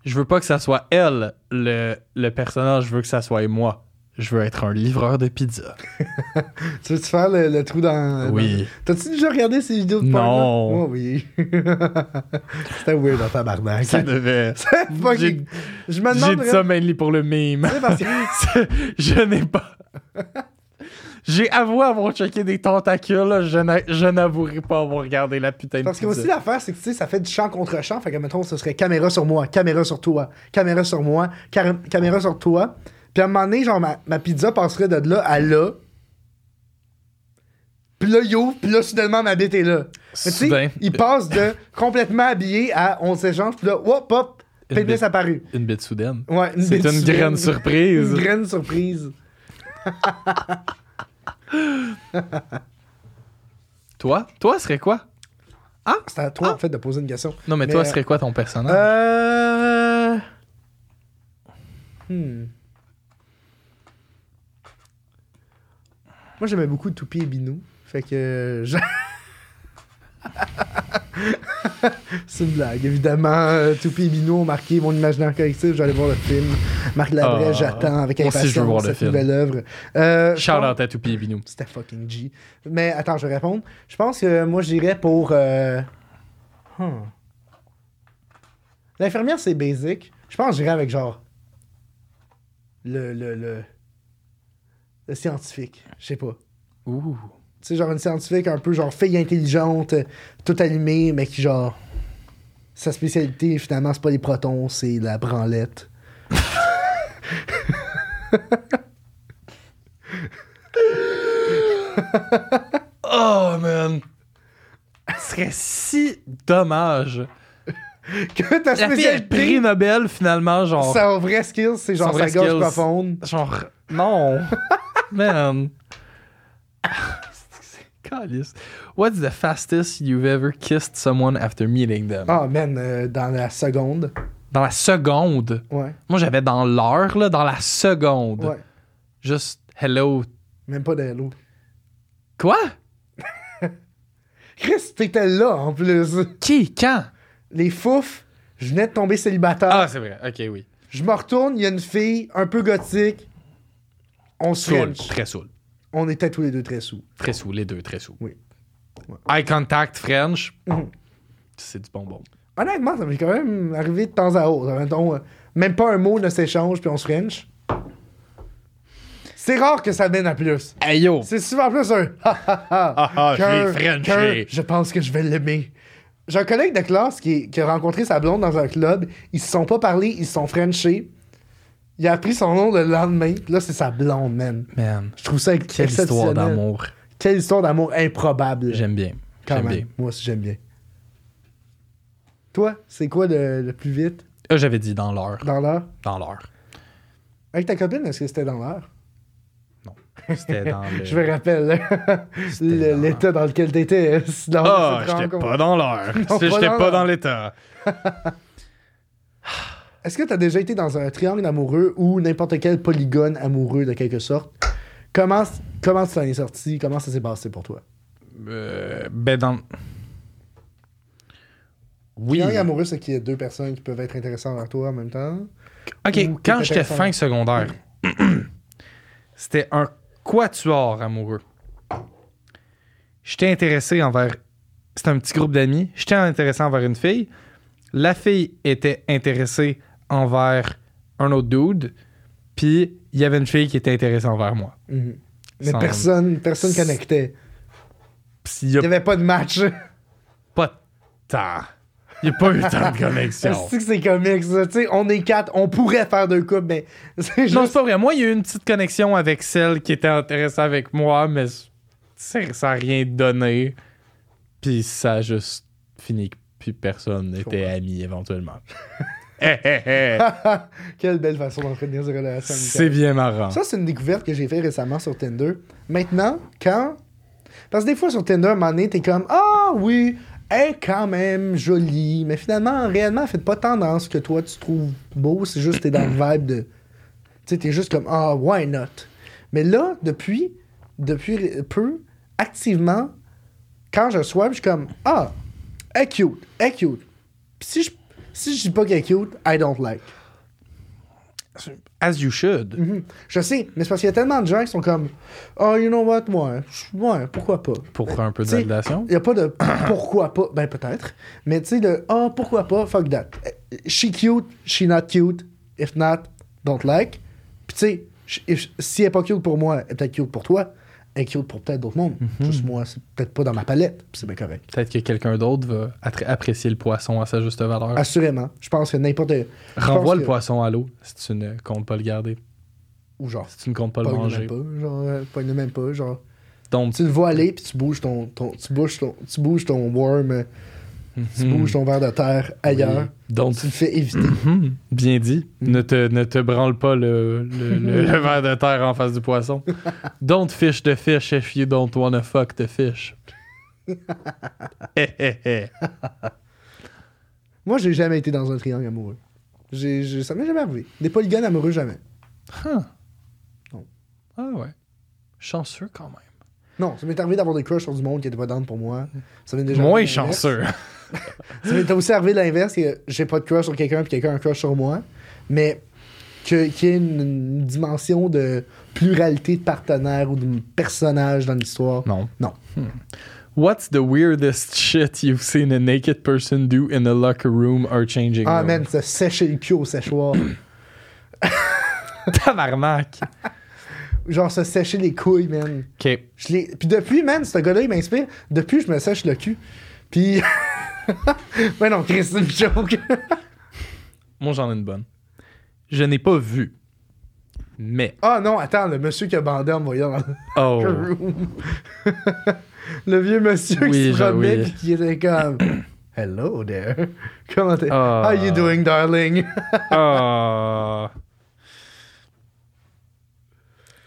Je veux pas que ça soit elle, le, le personnage, je veux que ça soit moi. Je veux être un livreur de pizza. Tu veux-tu faire le, le trou dans. Oui. dans- T'as-tu déjà regardé ces vidéos de Non. porno? Moi, oui. C'était weird en tabarnak. Ça devait. Fucking- Je me J'ai demande. dit ça mainly pour le meme. vraiment, parce que- C'est- je n'ai pas. J'ai avoué avoir checké des tentacules, je n'a- je n'avouerai pas avoir regardé la putain de Parce que pizza. aussi l'affaire, c'est que tu sais, ça fait du champ contre champ. Fait que mettons, ce serait caméra sur moi, caméra sur toi, caméra sur moi, car- caméra sur toi. Puis à un moment donné, genre ma, ma pizza passerait de là à là. Puis là, il ouvre, puis là, soudainement, ma bite est là. Mais tu Soudain. sais, il passe de complètement habillé à on s'échange, puis là, hop, hop, Une pénis bite. apparu. Une bite soudaine. Ouais, C'est bite une soudaine. grande surprise. Une grande surprise. Toi Toi serait quoi C'est à toi, en fait, de poser une question. Non, mais, Mais, toi euh, serait quoi ton personnage Euh. Hmm. Moi, j'aimais beaucoup Toupie et Binou. Fait que. euh, je- C'est une blague, évidemment. euh, Toupie et Binou ont marqué mon imaginaire collectif. J'allais voir le film. Marc Labrèche, Ah. j'attends avec Moi aussi, je veux voir impatience le cette film. nouvelle œuvre. Euh, je Shout pense- out à Toupie et Binou. C'était fucking G. Mais attends, je vais répondre. Je pense que moi, j'irais pour. euh, hmm. L'infirmière, c'est basic. Je pense que j'irais avec genre. Le. Le, le... le scientifique. Je sais pas. Ouh. Tu sais, genre une scientifique un peu genre fille intelligente, euh, tout allumée, mais qui genre. Sa spécialité, finalement, c'est pas les protons, c'est la branlette. Oh man! Ce serait si dommage. Que ta La fille a le prix spécialité, Nobel finalement, genre. sa vraie skill, c'est genre Son sa vrai gorge skill, profonde. Genre, non! man! C'est calice. What's the fastest you've ever kissed someone after meeting them? Ah, man, euh, dans la seconde. Dans la seconde. Ouais. Moi j'avais dans l'heure, là, dans la seconde. Ouais. Juste hello. Même pas de hello. Quoi? Chris, t'étais là en plus. Qui? Quand? Les fouf, je venais de tomber célibataire. Ah, c'est vrai. Ok, oui. Je me retourne, il y a une fille un peu gothique. On se Saoul. french. Très saoul. On était tous les deux très sous. Très saoul, les deux, très saoul. Oui. Ouais. Eye contact French. Mhm. C'est du bonbon. Honnêtement, ça m'est quand même arrivé de temps à autre. Mettons, euh, même pas un mot ne s'échange, puis on se french. C'est rare que ça mène à plus. Hey yo! C'est souvent plus un ha ha ha. Ah, ah, je qu'un- l'ai frenché. qu'un Je pense que je vais l'aimer. J'ai un collègue de classe qui, est- qui a rencontré sa blonde dans un club. Ils se sont pas parlé, ils se sont frenchés. Il a appris son nom le lendemain. Puis Là, c'est sa blonde, man. Man, Je trouve ça quelle histoire exceptionnel. d'amour. Quelle histoire d'amour improbable. J'aime bien. Quand J'aime même. bien. Moi aussi, j'aime bien. Toi, c'est quoi le, le plus vite Là, Ah, j'avais dit dans l'heure. dans l'heure? Dans l'heure. Avec ta copine, est-ce que c'était dans l'heure? C'était dans le. Je me rappelle le- Euh, dans- l'état dans lequel t'étais. euh, dans Ah, cette j'étais rencontre. pas dans l'heure. Non, Si pas J'étais dans pas l'heure. dans l'état. Est-ce que t'as déjà été dans un triangle amoureux ou n'importe quel polygone amoureux de quelque sorte? Comment, comment tu t'en es sorti? Comment ça s'est passé pour toi? Euh, ben, dans. Oui. Triangle amoureux, c'est qu'il y a deux personnes qui peuvent être intéressantes envers toi en même temps. Ok, Ou quand t'étais j'étais personne. fin secondaire, c'était un quatuor amoureux. J'étais intéressé envers. C'était un petit groupe d'amis. J'étais intéressé envers une fille. La fille était intéressée envers un autre dude. Puis il y avait une fille qui était intéressée envers moi. Mhm. Mais Sans- personne, personne C'est- connectait. Puis il y a Il n'y avait pas de match. pas de temps. Il n'y a pas eu tant de connexion. Est-ce que c'est comique, ça? Tu sais, on est quatre, on pourrait faire deux couples, mais c'est Non, juste... c'est pas vrai. Moi, il y a eu une petite connexion avec celle qui était intéressée avec moi, mais c'est- ça n'a rien donné. Puis ça a juste fini que plus personne n'était comprends. ami éventuellement. Hé, hé, hé. Quelle belle façon d'entretenir des relations c'est amicales. bien marrant. Ça, c'est une découverte que j'ai fait récemment sur Tinder. Maintenant, quand... Parce que des fois, sur Tinder, à un moment donné, t'es comme « Ah oui, elle est quand même jolie. » Mais finalement, réellement, elle fait pas tendance que toi, tu trouves beau. C'est juste que t'es dans le vibe de... Tu sais, t'es juste comme « Ah, why not? » Mais là, depuis, depuis peu, activement, quand je swipe, je suis comme Ah, elle est cute, elle est cute. Puis si je, si je dis pas qu'elle est cute, I don't like. As you should. Mhm. Je sais, mais c'est parce qu'il y a tellement de gens qui sont comme Oh, you know what, moi, je- ouais, pourquoi pas. Pour un peu de T'sais, euh, validation. Il n'y a pas de pourquoi pas, ben peut-être, mais tu sais, de Ah, pourquoi pas, fuck that. She cute, she not cute, if not, don't like. Puis tu sais, sh- if- si elle n'est pas cute pour moi, elle est peut-être cute pour toi, elle est cute pour peut-être d'autres mondes. Mhm. Juste moi, c'est peut-être pas dans ma palette, puis c'est bien correct. Peut-être que quelqu'un d'autre va attra- apprécier le poisson à sa juste valeur. Assurément. Je pense que n'importe. Ah, je pense Renvoie le que- poisson à l'eau si tu ne comptes pas le garder, Ou genre. si tu ne comptes pas le Pogne manger. même pas, genre, euh, pogne même pas, genre. Donc, Tu le vois aller, puis tu bouges ton, ton, tu bouges ton, tu bouges ton worm, euh, Hmm. tu bouges ton verre de terre ailleurs. donc Tu le fais éviter. Mhm. Bien dit. Ne, te, ne te branle pas le, le, le- le verre de terre en face du poisson. Don't fish the fish if you don't want to fuck the fish. Eh, Hé, hé, hé. Moi, j'ai jamais été dans un triangle amoureux. J'ai, j'ai- ça m'est jamais arrivé. Des polygones amoureux, jamais. Huh. Non. Ah ouais. Chanceux quand même. Non, ça m'est arrivé d'avoir des crushs sur du monde qui était pas down pour moi. Ça m'est déjà Moins arrivé l'inverse. chanceux. Ça m'est aussi arrivé l'inverse, que j'ai pas de crush sur quelqu'un, puis quelqu'un a un crush sur moi. Mais que- qu'il y ait une, une dimension de pluralité de partenaires ou de personnages dans l'histoire. Non. Non. What's the weirdest shit you've seen a naked person do in a locker room or changing Ah, room? man, ça sécher le cul au séchoir. Tabarnak. genre se sécher les couilles, man. OK. Je l'ai- Puis depuis, man, ce gars-là, il m'inspire. Depuis, je me sèche le cul. Puis. ouais, non, Chris, c'est une joke. Moi, j'en ai une bonne. Je n'ai pas vu. Mais. Ah non, attends, le monsieur qui a bandé en me voyant dans Oh. le room. le vieux monsieur Oui, qui se je- promenait oui. puis qui était comme. Hello there. Comment t'es? Ah. How you doing, darling? Ah.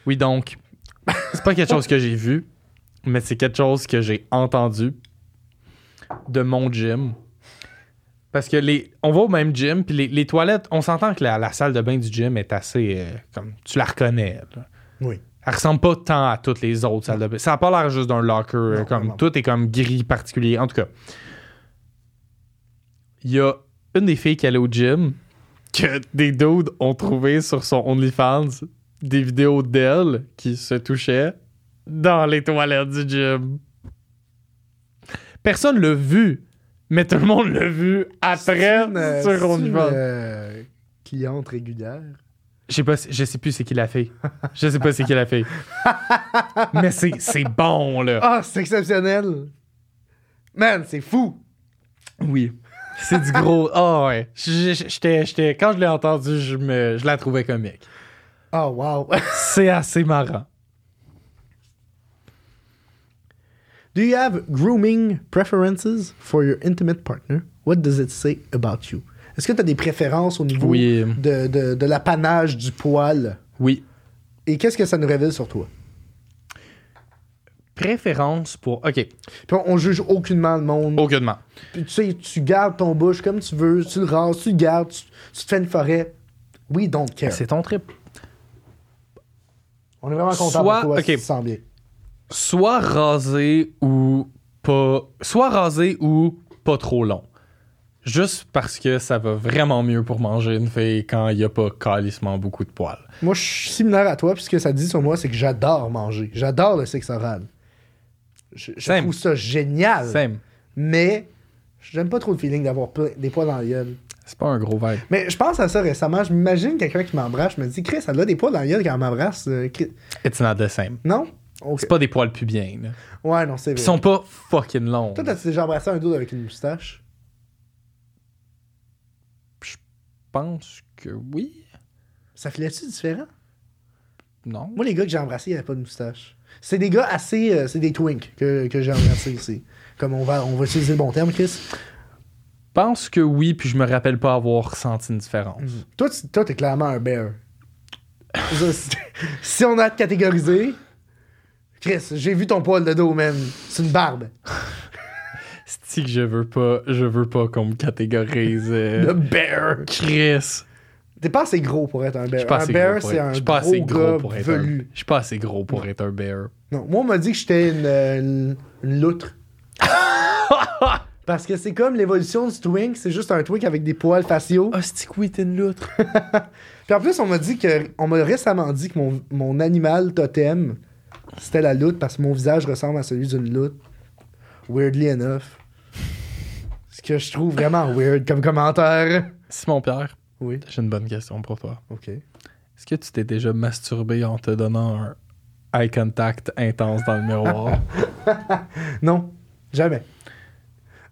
Oui, donc, c'est pas quelque chose que j'ai vu, mais c'est quelque chose que j'ai entendu de mon gym. Parce que les, on va au même gym, puis les, les toilettes, on s'entend que la, la salle de bain du gym est assez. euh, comme Tu la reconnais. là. oui. elle ressemble pas tant à toutes les autres salles de bain. Ça a pas l'air juste d'un locker. euh, Non, comme, non. tout est comme gris particulier. En tout cas, il y a une des filles qui allait au gym que des dudes ont trouvé sur son OnlyFans des vidéos d'elle qui se touchait dans les toilettes du gym. Personne l'a vu, mais tout le monde l'a vu après Euh, sur c'est une, OnlyFans. euh, cliente régulière. Je sais pas, si- je sais plus c'est qui la fille. Je sais pas c'est qui la fille. Mais c'est c'est bon là. Ah, c'est exceptionnel! Man, c'est fou! Oui. C'est du gros. Ah ouais. Je- je- j'étais- j'étais- quand je l'ai entendu, je me, je la trouvais comique. Ah, wow! C'est assez marrant. Do you have grooming preferences for your intimate partner? What does it say about you? Est-ce que tu as des préférences au niveau Oui. de, de, de l'apanage du poil? Oui. Et qu'est-ce que ça nous révèle sur toi? Préférence pour. Ok. Puis on, on juge aucunement le monde. Aucunement. Puis tu sais, tu gardes ton bouche comme tu veux, tu le rases, tu le gardes, tu, tu te fais une forêt. We don't care. C'est ton trip. On est vraiment content Soit- pour toi ok. si tu te sens bien. soit rasé ou pas soit rasé ou pas trop long juste parce que ça va vraiment mieux pour manger une fille quand il y a pas calissement beaucoup de poils Moi, je suis similaire à toi, puis ce que ça dit sur moi, c'est que j'adore manger. J'adore le sexe oral. Je, je Same. trouve ça génial. Same. Mais j'aime pas trop le feeling d'avoir plein- des poils dans la gueule. c'est pas un gros verre Mais je pense à ça récemment. Je m'imagine quelqu'un qui m'embrasse. Je me dis, Chris, elle a des poils dans la gueule quand elle m'embrasse. Euh, Chris- it's not the same Non? Ok. c'est pas des poils pubiens là. Ouais, non, c'est ils vrai. sont pas fucking longs Toi, t'as-tu déjà embrassé un dos avec une moustache? je pense que oui Ça filait-tu différent? non Moi, les gars que j'ai embrassés, ils n'avaient pas de moustache. C'est des gars assez. euh, c'est des twinks que, que j'ai embrassés ici. Comme on va, on va utiliser le bon terme, Chris. je pense que oui puis je me rappelle pas avoir senti une différence Toi, tu- toi, t'es clairement un bear. Ça, c'est- si on a à te catégoriser, Chris, j'ai vu ton poil de dos, man. C'est une barbe. si que je veux pas je veux pas qu'on me catégorise Le euh, bear. Chris T'es pas assez gros pour être un bear. Je suis pas un assez bear, gros pour c'est être- un je suis pas assez gros, gars gros pour être un- velu. Je suis pas assez gros pour être un bear. Non, moi, on m'a dit que j'étais une, euh, une, une loutre. Parce que c'est comme l'évolution du twink, c'est juste un twink avec des poils faciaux. Hostique, oui, t'es une loutre. Puis en plus, on m'a dit que, on m'a récemment dit que mon, mon animal totem, c'était la loutre parce que mon visage ressemble à celui d'une loutre. Weirdly enough. Ce que je trouve vraiment weird comme commentaire. Simon Pierre, Oui, j'ai une bonne question pour toi. ok. Est-ce que tu t'es déjà masturbé en te donnant un eye contact intense dans le miroir? Non, jamais.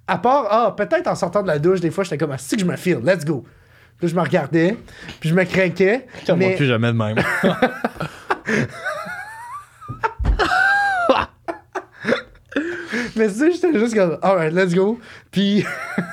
À part, ah, peut-être en sortant de la douche, des fois, j'étais comme, ah, si que je me file, let's go. Puis je me regardais, puis je me craquais. Comme mais- Ah, moi, plus jamais de même. Mais tu sais, j'étais juste comme, alright, let's go. Puis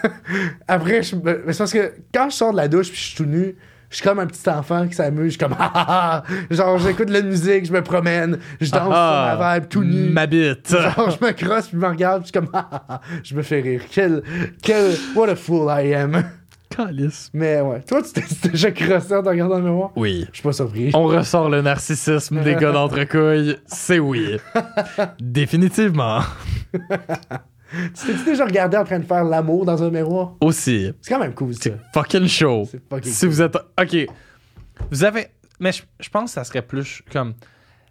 après, je me- mais c'est parce que quand je sors de la douche puis je suis tout nu, je suis comme un petit enfant qui s'amuse. Je suis comme, ah, ah, ah. genre, j'écoute de la musique, je me promène, je danse Ah, sur ma vibe tout nu. Ma bite. Genre, je me crosse puis je me regarde, puis je suis comme, ah, ah, ah. je me fais rire. Quel, quel, what a fool I am. Calice. Mais ouais, toi, tu t'es tu t'es déjà crossé en te regardant dans le miroir? Oui. Je suis pas surpris. On ressort le narcissisme des gars d'entrecouilles. C'est oui. Définitivement. Tu t'es déjà regardé en train de faire l'amour dans un miroir? Aussi. C'est quand même cool, ça. C'est fucking chaud. C'est fucking Si cool. vous êtes. Ok. Vous avez. Mais je, je pense que ça serait plus comme.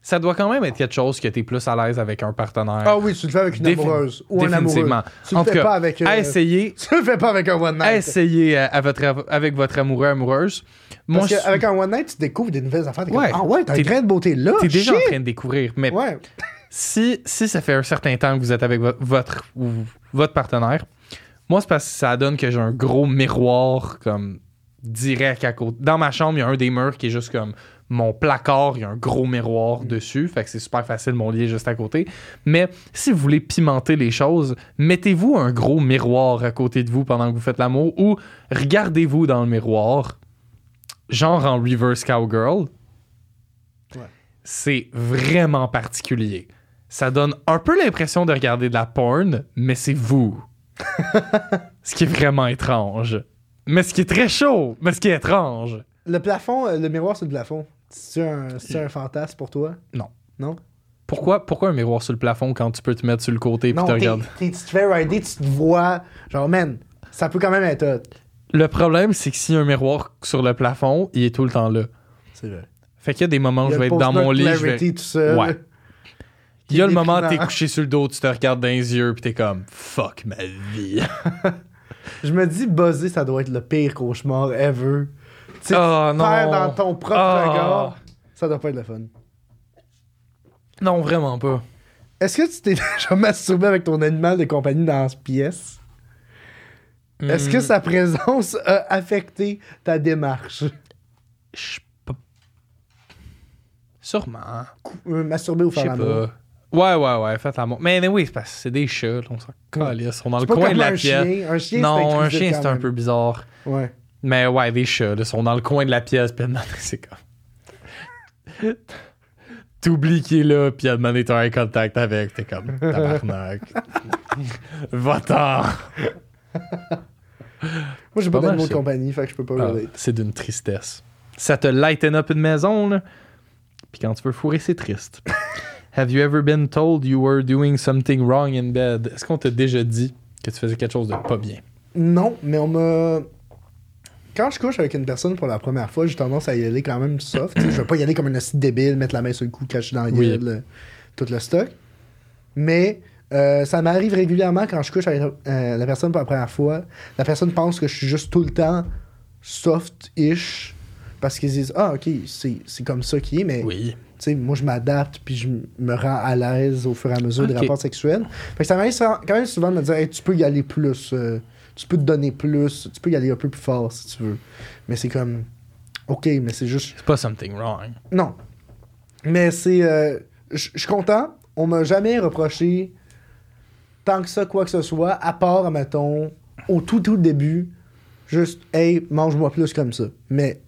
Ça doit quand même être quelque chose que t'es plus à l'aise avec un partenaire. Ah oui, tu le fais avec une Défi- amoureuse ou un amoureux. Définitivement. Tu le en tout fais cas, pas avec... euh, à essayer, Tu le fais pas avec un one night. à essayer euh, à, à votre, av- avec votre amoureux, amoureuse. Moi, Parce je suis- qu'avec un one night, tu découvres des nouvelles affaires. T'es Ouais. comme, ah ouais, t'as un T'es- grain de beauté là. t'es déjà shit. en train de découvrir. Mais Ouais. si, si ça fait un certain temps que vous êtes avec vo- votre, ou votre partenaire, moi, c'est parce que ça donne que j'ai un gros miroir comme direct à côté. Dans ma chambre, il y a un des murs qui est juste comme mon placard, il y a un gros miroir dessus. Fait que c'est super facile, mon lit est juste à côté. Mais si vous voulez pimenter les choses, mettez-vous un gros miroir à côté de vous pendant que vous faites l'amour ou regardez-vous dans le miroir, genre en reverse cowgirl. Ouais. C'est vraiment particulier. Ça donne un peu l'impression de regarder de la porn, mais c'est vous. ce qui est vraiment étrange. Mais ce qui est très chaud, mais ce qui est étrange. Le plafond, euh, le miroir, c'est le plafond. C'est un, c'est un fantasme pour toi? Non. Non? Pourquoi, pourquoi un miroir sur le plafond quand tu peux te mettre sur le côté et non, te t'es- regardes? t'es- tu te fais rider, tu te vois. Genre, man, ça peut quand même être hot. Le problème, c'est que s'il y a un miroir sur le plafond, il est tout le temps là. C'est vrai. Fait qu'il y a des moments où Il y je a vais le être dans poster mon lit. je vais- Clarity tout seul. Ouais. Il y a le moment où t'es déprimant. couché sur le dos, tu te regardes dans les yeux, puis t'es comme fuck ma vie. Je me dis, buzzer, ça doit être le pire cauchemar ever. Tu sais, Ah, non. faire dans ton propre Ah. regard, ça doit pas être le fun. non, vraiment pas. Est-ce que tu t'es déjà masturbé avec ton animal de compagnie dans cette pièce? Est-ce que Hmm, sa présence a affecté ta démarche? je peux- Sûrement. Euh, Masturber ou Je sais faire l'amour? pas. Ouais, ouais, ouais, faites l'amour. Mais oui, c'est parce que c'est des chats, là, on s'en calisse, ils sont dans le C'est pas coin comme de la un pièce. chien. Un chien, c'est non, un intrusif chien, quand c'est un même. peu bizarre. Ouais. Mais ouais, des chats, là, sont dans le coin de la pièce, puis à un moment donné, c'est comme. T'oublies qu'il est là, puis à demander t'as un contact avec, t'es comme tabarnak. Va-t'en. Moi, j'ai pas pas mal, d'animaux de ça. compagnie, fait que je peux pas Ah, relate. c'est d'une tristesse. Ça te lighten up une maison, là. Puis quand tu veux fourrer, c'est triste. Have you ever been told you were doing something wrong in bed? Est-ce qu'on t'a déjà dit que tu faisais quelque chose de pas bien? Non, mais on m'a. Quand je couche avec une personne pour la première fois, j'ai tendance à y aller quand même soft. Tu sais, je veux pas y aller comme un assis débile, mettre la main sur le cou, cacher dans la Oui. gueule, euh, tout le stock. Mais euh, ça m'arrive régulièrement quand je couche avec euh, la personne pour la première fois. La personne pense que je suis juste tout le temps soft-ish parce qu'ils disent Ah, ok, c'est c'est comme ça qui est, mais Oui. tu sais, moi, je m'adapte puis je m- me rends à l'aise au fur et à mesure des Ok. rapports sexuels. Fait que ça m'arrive souvent- quand même souvent de me dire Hey, tu peux y aller plus, euh, tu peux te donner plus, tu peux y aller un peu plus fort si tu veux. Mais c'est comme OK, mais c'est juste. C'est pas something wrong. Non. Mais c'est. euh, je je suis content. On m'a jamais reproché tant que ça, quoi que ce soit, à part, mettons, au tout, tout début, juste, hey, mange-moi plus comme ça. Mais,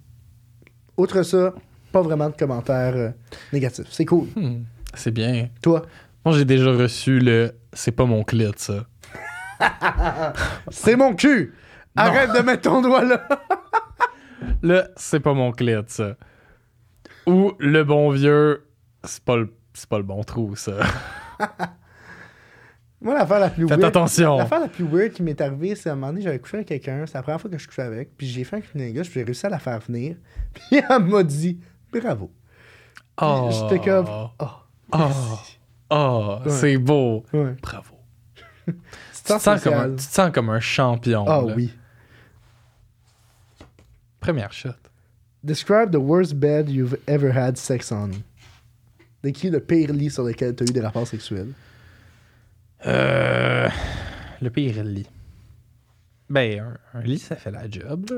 outre ça, pas vraiment de commentaires euh, négatifs. C'est cool. Hmm, C'est bien. Toi, Moi, j'ai déjà reçu le c'est pas mon clit, ça. c'est mon cul! Arrête de mettre ton doigt là! Le c'est pas mon clit, ça. Ou le bon vieux c'est pas le, c'est pas le bon trou, ça. Moi, l'affaire la plus Faites weird- attention. L'affaire la plus weird qui m'est arrivée, c'est à un moment donné, j'avais couché avec quelqu'un, c'est la première fois que je couchais avec, puis j'ai fait un cunnilingus, puis j'ai réussi à la faire venir, puis elle m'a dit bravo. Puis Oh. J'étais comme oh, Oh. Oh, Ouais. c'est beau. ouais. Bravo. Tu Tu te, sens comme un, tu te sens comme un champion. Ah là. oui. Première shot. Describe the worst bed you've ever had sex on. Décris le pire lit sur lequel tu as eu des rapports sexuels. Euh, le pire lit. Ben, un, un lit, ça fait la job. là.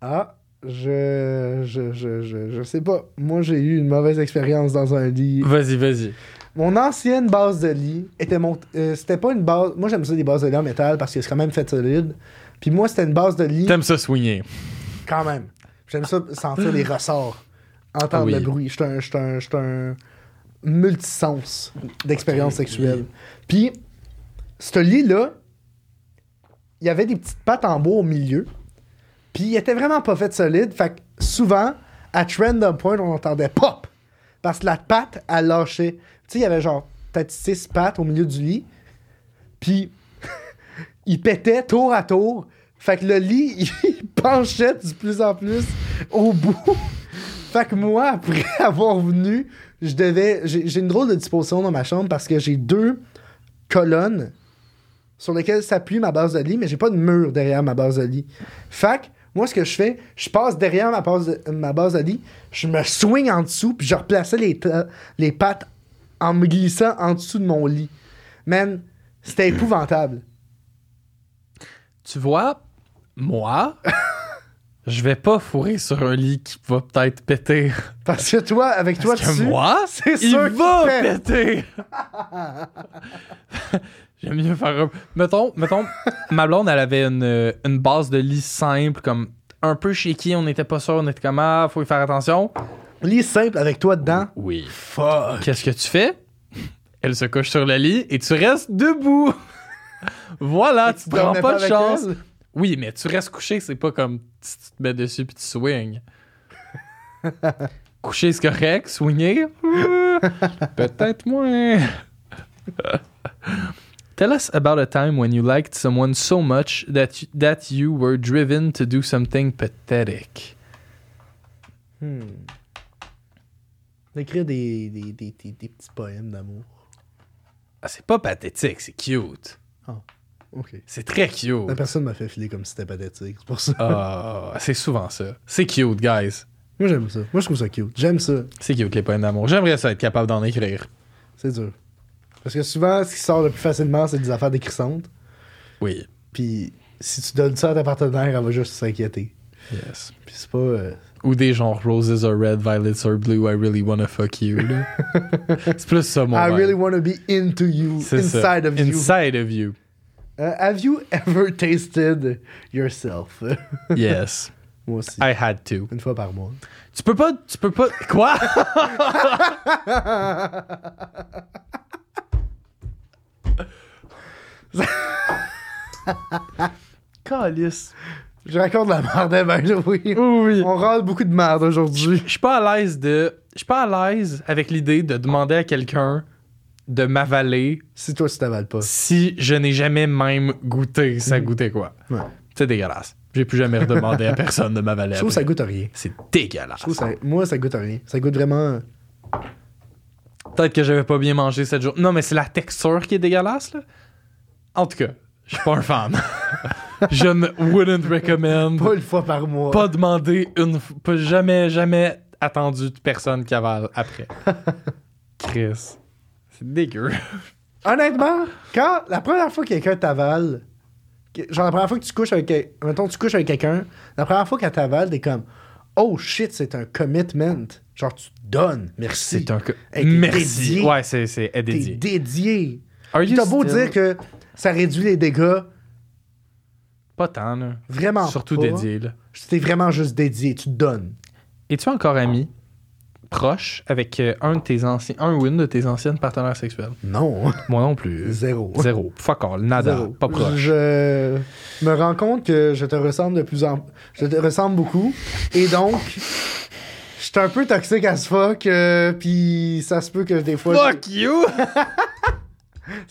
Ah, je je, je, je, je sais pas. Moi, j'ai eu une mauvaise expérience dans un lit. Vas-y, vas-y. Mon ancienne base de lit était mon. euh, c'était pas une base. Moi, j'aime ça des bases de lit en métal parce que c'est quand même fait solide. Puis moi, c'était une base de lit T'aimes ça swinguer. quand même. J'aime ça sentir les ressorts, entendre Ah oui. le bruit. J'étais un, j'étais un, j'étais un multisens d'expérience Ok, oui. sexuelle. Puis, ce lit-là, il y avait des petites pattes en bois au milieu. Puis, il était vraiment pas fait solide. Fait que souvent, à random point, on entendait pop. Parce que la patte, elle lâchait. Tu sais, il y avait genre peut-être six pattes au milieu du lit. Puis, il pétait tour à tour. Fait que le lit, il penchait de plus en plus au bout. Fait que moi, après avoir venu, je devais. J'ai j'ai une drôle de disposition dans ma chambre parce que j'ai deux colonnes sur lesquelles s'appuie ma base de lit, mais j'ai pas de mur derrière ma base de lit. Fait que moi, ce que je fais, je passe derrière ma base de, ma base de lit, je me swing en dessous, puis je replaçais les, ta- les pattes en me glissant en dessous de mon lit. Man, c'était épouvantable. Tu vois, moi, je vais pas fourrer sur un lit qui va peut-être péter. Parce que toi, avec toi Parce que dessus, moi, c'est il sûr qu'il va pète. péter. J'aime mieux faire un... Mettons, mettons ma blonde, elle avait une, euh, une base de lit simple, comme un peu shaky, on n'était pas sûr, on était comme, ah, faut y faire attention. lit simple avec toi dedans. Oui. Fuck. Qu'est-ce que tu fais? Elle se couche sur le lit et tu restes debout. voilà, Ah, tu prends dormais pas de avec chance. elle? Oui, mais tu restes couché, c'est pas comme si tu te mets dessus puis tu swings. Coucher, c'est correct. Soigner, peut-être moins. Tell us about a time when you liked someone so much that you, that you were driven to do something pathetic. Hmm. D'écrire des, des, des, des, des petits poèmes d'amour. Ah, c'est pas pathétique, c'est cute. Ok. C'est très La cute. personne m'a fait filer comme si c'était pathétique, c'est pour ça. Ah, c'est souvent ça. C'est cute, guys. Moi, j'aime ça. Moi, je trouve ça cute. J'aime ça. C'est cute les poèmes d'amour. J'aimerais ça être capable d'en écrire. C'est dur. Parce que souvent, ce qui sort le plus facilement, c'est des affaires décrissantes. Oui. Puis si tu donnes ça à ta partenaire, elle va juste s'inquiéter. Yes. Puis c'est pas. euh, Ou des genres Roses are red, violets are blue, I really wanna fuck you. là. c'est plus ça mon I vibe. really want to be into you, ben. C'est inside ça. of you. Inside of you. Euh, have you ever tasted yourself? Yes. Moi aussi. I had to. Une fois par mois. Tu peux pas. Tu peux pas. Quoi? Calice. Je raconte de la merde, hein, ben oui. Oui. On râle beaucoup de merde aujourd'hui. Je suis pas à l'aise de. Je suis pas à l'aise avec l'idée de demander à quelqu'un de m'avaler Si toi, tu t'avales pas. si je n'ai jamais même goûté ça goûtait quoi. Mm-hmm. Ouais. C'est dégueulasse. J'ai plus jamais redemandé à personne de m'avaler. Je trouve que ça après. goûte à rien. C'est dégueulasse. Je trouve ça- Moi, ça goûte à rien. Ça goûte vraiment. Peut-être que j'avais pas bien mangé cette journée. Non, mais c'est la texture qui est dégueulasse, là. En tout cas, je suis pas un fan. je ne wouldn't recommend. Pas une fois par mois. Pas demander une. f- Pas jamais, jamais attendu de personne qui avale après. Chris. C'est dégueu. Honnêtement, quand la première fois que quelqu'un t'avale, que- genre la première fois que tu couches avec quel- mettons tu couches avec quelqu'un, la première fois qu'elle t'avale, t'es comme Oh shit, c'est un commitment. Genre tu te donnes, merci. C'est un. co- Hey, t'es Merci. dédié. Ouais, c'est, c'est elle est T'es dédié. dédié. Are Puis you T'as beau still- dire que ça réduit les dégâts, Pas tant, là. vraiment. Surtout pas. dédié, là. T'es vraiment juste dédié, tu te donnes. Es-tu encore ami proche avec euh, un de tes anciens. Un ou une de tes anciennes partenaires sexuels? Non, Moi non plus. zéro. Zéro. Fuck all. Nada. Zéro. Pas proche. Je me rends compte que je te ressemble de plus en Je te ressemble beaucoup. Et donc, je suis un peu toxique à ce fuck. euh, Puis ça se peut que des fois. Fuck you!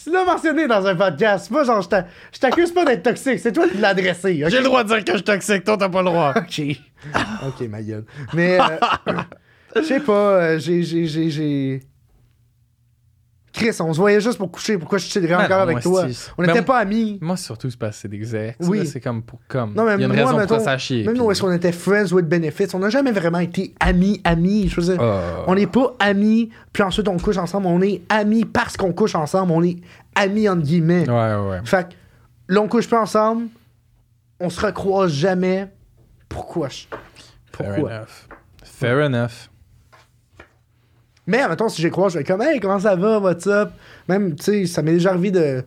Tu l'as mentionné dans un podcast. Moi, genre, je t'a- je t'accuse pas d'être toxique. C'est toi qui l'as adressé. ok? J'ai le droit de dire que je toxique, toi t'as pas le droit. Ok, ma gueule. Mais, euh, je sais pas, euh, j'ai, j'ai, j'ai, j'ai... Chris, on se voyait juste pour coucher. Pourquoi je chillerais Ben encore non, avec toi? hostie. On Ben n'était moi- pas amis. Moi surtout c'est parce que c'est des ex. Oui. là, C'est comme pour comme. Non, mais Il y a une moi, raison pour mettons, ça chier. Même puis- nous, est-ce qu'on était friends with benefits, on n'a jamais vraiment été amis, amis. Je veux dire, Ah. on n'est pas amis, puis ensuite on couche ensemble. On est amis parce qu'on couche ensemble. On est amis, entre guillemets. Ouais, ouais, ouais. Fait que, là, on couche pas ensemble, on se recroise jamais. Pourquoi? je- Fair Pourquoi? enough. Fair enough. Mais, mettons, si j'ai croisé, je vais comme, hey, comment ça va, what's up? Même, tu sais, ça m'est déjà arrivé de.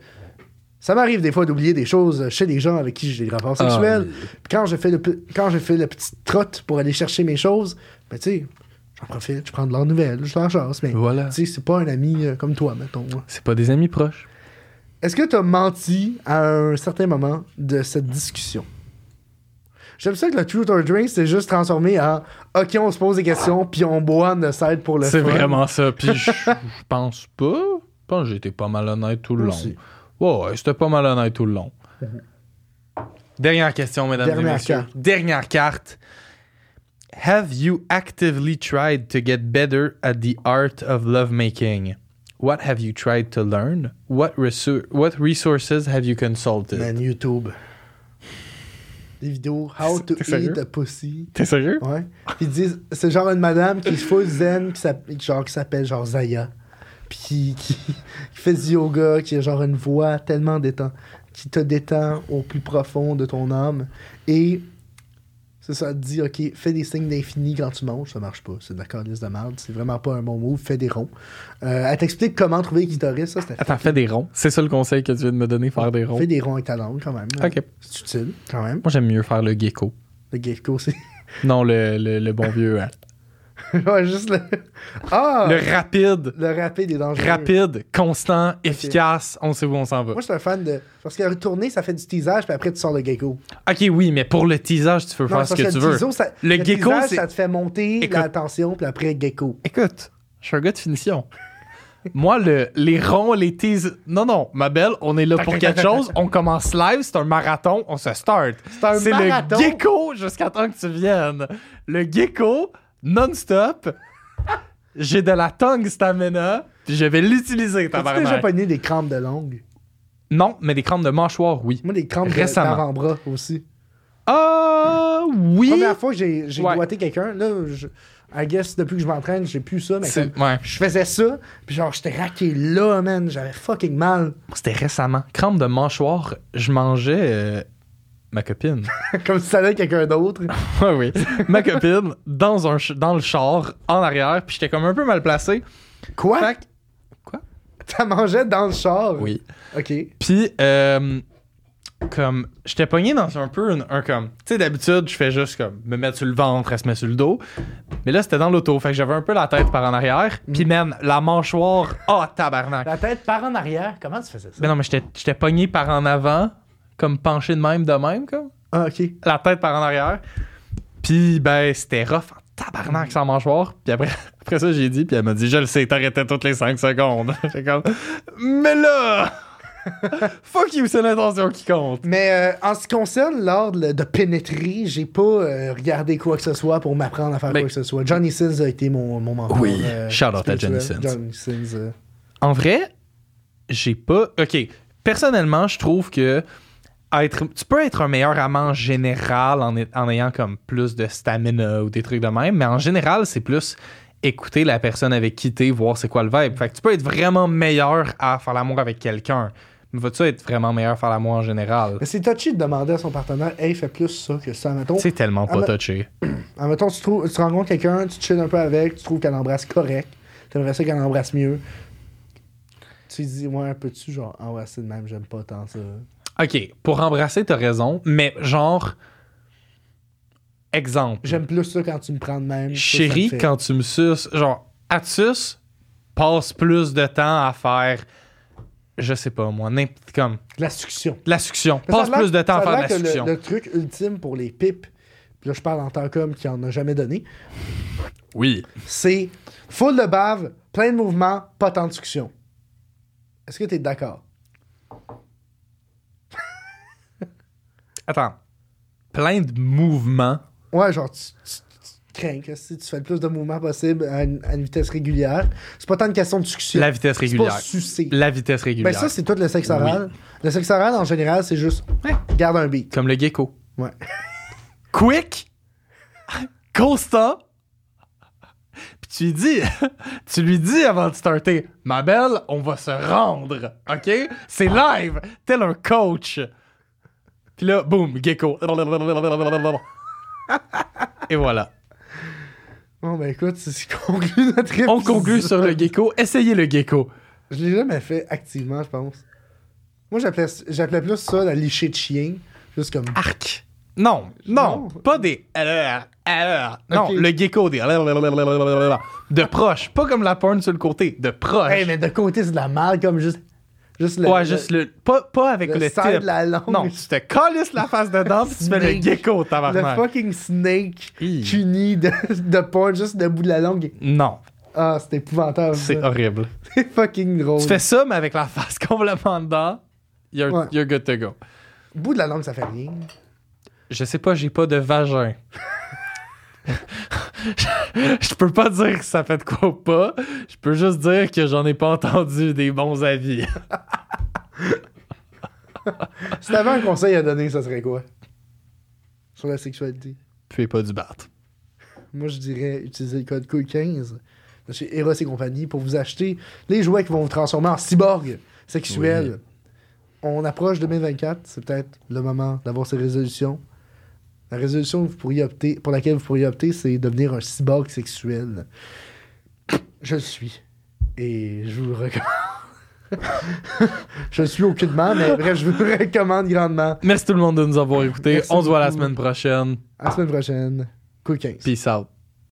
Ça m'arrive des fois d'oublier des choses chez des gens avec qui j'ai des rapports Ah, sexuels. oui. Puis quand je fais le pe- quand je fais la petite trotte pour aller chercher mes choses, ben, tu sais, j'en profite, je prends de leurs nouvelles, je leur chasse, mais. Voilà. Tu sais, c'est pas un ami euh, comme toi, mettons. C'est pas des amis proches. Est-ce que t'as menti à un certain moment de cette discussion? J'aime ça que le truth or drink s'est juste transformé en OK, on se pose des questions, puis on boit de side pour le C'est fun. vraiment ça. Puis je je pense pas. Je pense que j'étais pas mal honnête tout le Moi long. aussi. Ouais, ouais, j'étais pas mal honnête tout le long. Dernière question, mesdames et Dernière messieurs. carte. Dernière carte. Have you actively tried to get better at the art of lovemaking? What have you tried to learn? What, resou- what resources have you consulted? Man, YouTube. Des vidéos How to T'es sérieux? eat a pussy. T'es sérieux? Ouais. Puis ils disent, c'est genre une madame qui est full zen, qui s'appelle genre, qui s'appelle genre Zaya. Puis qui, qui, qui fait du yoga, qui a genre une voix tellement détend, qui te détend au plus profond de ton âme. Et c'est ça, elle te dit, ok, fais des signes d'infini quand tu manges, ça marche pas, c'est de la calice de merde, c'est vraiment pas un bon move, fais des ronds. Euh, elle t'explique comment trouver le clitoris, ça, c'était Attends, fais des ronds. C'est ça le conseil que tu viens de me donner, faire des ronds. Fais des ronds avec ta langue quand même. Ok. C'est utile quand même. Moi, j'aime mieux faire le gecko. Le gecko, c'est. Non, le, le, le bon vieux. hein. ouais, juste le. Ah! Le, Le rapide, rapide est dangereux. rapide, constant, efficace, on sait où on s'en va. Moi, je suis un fan de. Parce que tourner, ça fait du teasage, puis après, tu sors le gecko. Ok, oui, mais pour le teasage, tu peux Non, faire parce ce que tu le veux. teaso, ça- Le gecko, teasage, c'est- ça te fait monter Écoute. la tension, puis après, gecko. Écoute, je suis un gars de finition. Moi, le, les ronds, les teases. Non, non, ma belle, on est là pour quelque chose. On commence live, c'est un marathon, on se start. un C'est le marathon. gecko jusqu'à temps que tu viennes. Le gecko, non-stop. J'ai de la tongue stamina, puis je vais l'utiliser, T'as déjà tabarnak. pogné des crampes de longue? Non, mais des crampes de mâchoire, oui. Moi, des crampes de- Récemment. d'avant-bras aussi. Ah, oui. Première fois que j'ai j'ai Ouais. doigté quelqu'un, là, je, I guess, depuis que je m'entraîne, j'ai plus ça, mais C'est- comme- ouais. je faisais ça, puis genre, j'étais raqué là, man, j'avais fucking mal. C'était récemment. Crampes de mâchoire, je mangeais euh, ma copine. comme si ça allait quelqu'un d'autre. Ouais, oui. Ma copine, dans, un ch- dans le char, en arrière, puis j'étais comme un peu mal placé. Quoi? Fait que- Quoi? T'as mangé dans le char? Oui. OK. Puis, euh, comme, j'étais pogné dans un peu un, un comme. Tu sais, d'habitude, je fais juste comme me mettre sur le ventre, elle se met sur le dos. Mais là, c'était dans l'auto, fait que j'avais un peu la tête par en arrière. Puis, man, la mâchoire, ah, tabarnak. La tête par en arrière, comment tu faisais ça? Mais Ben non, mais j'étais j'étais pogné par en avant, comme penché de même, de même, comme. Ah, OK. la tête par en arrière. Puis, ben, c'était rough en tabarnak sans mâchoire. Puis après, après ça, j'ai dit, puis elle m'a dit, je le sais, t'arrêtais toutes les 5 secondes. J'étais comme, mais là! Fuck you, c'est l'intention qui compte. Mais euh, en ce qui concerne l'ordre de pénétrer, j'ai pas euh, regardé quoi que ce soit pour m'apprendre à faire Mais- quoi que ce soit. Johnny Sins a été mon, mon mentor. Ben, euh, Oui. Shout out à spirituel. Johnny Sins. Johnny Sins. euh, En vrai, j'ai pas. Ok, personnellement, je trouve que être, tu peux être un meilleur amant en général en, est- en ayant comme plus de stamina ou des trucs de même, mais en général, c'est plus écouter la personne avec qui t'es, voir c'est quoi le vibe. Fait que tu peux être vraiment meilleur à faire l'amour avec quelqu'un, mais vas-tu être vraiment meilleur à faire l'amour en général? Mais c'est touchy de demander à son partenaire, hey, fais plus ça que ça. Mettons, C'est tellement Ah, pas mais- touché. en mettons tu, trouves, tu rencontres quelqu'un, tu chilles un peu avec, tu trouves qu'elle embrasse correct, t'aimerais ça qu'elle embrasse mieux. Tu lui dis, ouais, peux-tu genre embrasser de même, j'aime pas tant ça. Ok, pour embrasser, t'as raison, mais genre. Exemple. J'aime plus ça quand tu me prends de même. ça, ça me Chérie, fait. quand tu me suces, genre, à te suce, passe plus de temps à faire, je sais pas moi, n'importe comme, La succion. de la succion. Ça a Passe l'air- plus de temps à ça faire a de l'air la que le- succion. Le, truc ultime pour les pipes, puis là je parle en tant qu'homme qui en a jamais donné, Oui. c'est full de bave, plein de mouvements, pas tant de succion. Est-ce que tu es d'accord? Attends. Plein de mouvements. Ouais, genre tu, tu- tu crains que si tu fais le plus de mouvements possible à une, à une vitesse régulière, c'est pas tant une question de succion. La vitesse c'est pas régulière. sucer. La vitesse régulière. Ben ça, c'est tout le sexe oral. Le sexe oral, en général, c'est juste Ouais. garde un beat. Comme le gecko. Ouais. Quick, constant. Puis tu lui dis, tu lui dis avant de starter, ma belle, on va se rendre, ok? C'est live, tel un coach. Puis là, boum, gecko. Et voilà. Bon, ben écoute, c'est ce qu'on conclut notre épisode. On conclut sur le gecko. Essayez le gecko. Je l'ai jamais fait activement, je pense. Moi, j'appelais, j'appelais plus ça la lichée de chien. Juste comme. Arc. Non, non, Non. pas des alors, alors. Non, Ok. le gecko des de proche, pas comme la porn sur le côté, de proche. Ah, Hey, mais de côté, c'est de la mal, comme juste. Juste le. ouais, le- juste le pas, pas avec le le, side tip. de la langue. Non, tu te colles la face dedans puis tu fais le Snake. gecko le tabarnak. fucking snake Hi. cuni de, de porn, juste le bout de la langue. Non, Ah, c'est épouvantable. c'est ça. horrible. C'est fucking drôle. Tu fais ça mais avec la face complètement dedans, you're, Ouais. you're good to go. Bout de la langue, ça fait rien. Je sais pas, j'ai pas de vagin. je, je peux pas dire que ça fait de quoi ou pas. Je peux juste dire que j'en ai pas entendu des bons avis. Si t'avais un conseil à donner, ça serait quoi Sur la sexualité. Puis pas du bat. Moi, je dirais utiliser le code COOL15 de chez Eros et compagnie pour vous acheter les jouets qui vont vous transformer en cyborg sexuel. On approche 2024, c'est peut-être le moment d'avoir ces résolutions. La résolution que vous pourriez opter, pour laquelle vous pourriez opter, c'est devenir un cyborg sexuel. Je le suis. Et je vous le recommande. je le suis aucunement, mais bref, je vous le recommande grandement. Merci tout le monde de nous avoir écoutés. Merci On se voit la beaucoup. semaine prochaine. À la semaine prochaine. Cool 15. Peace out.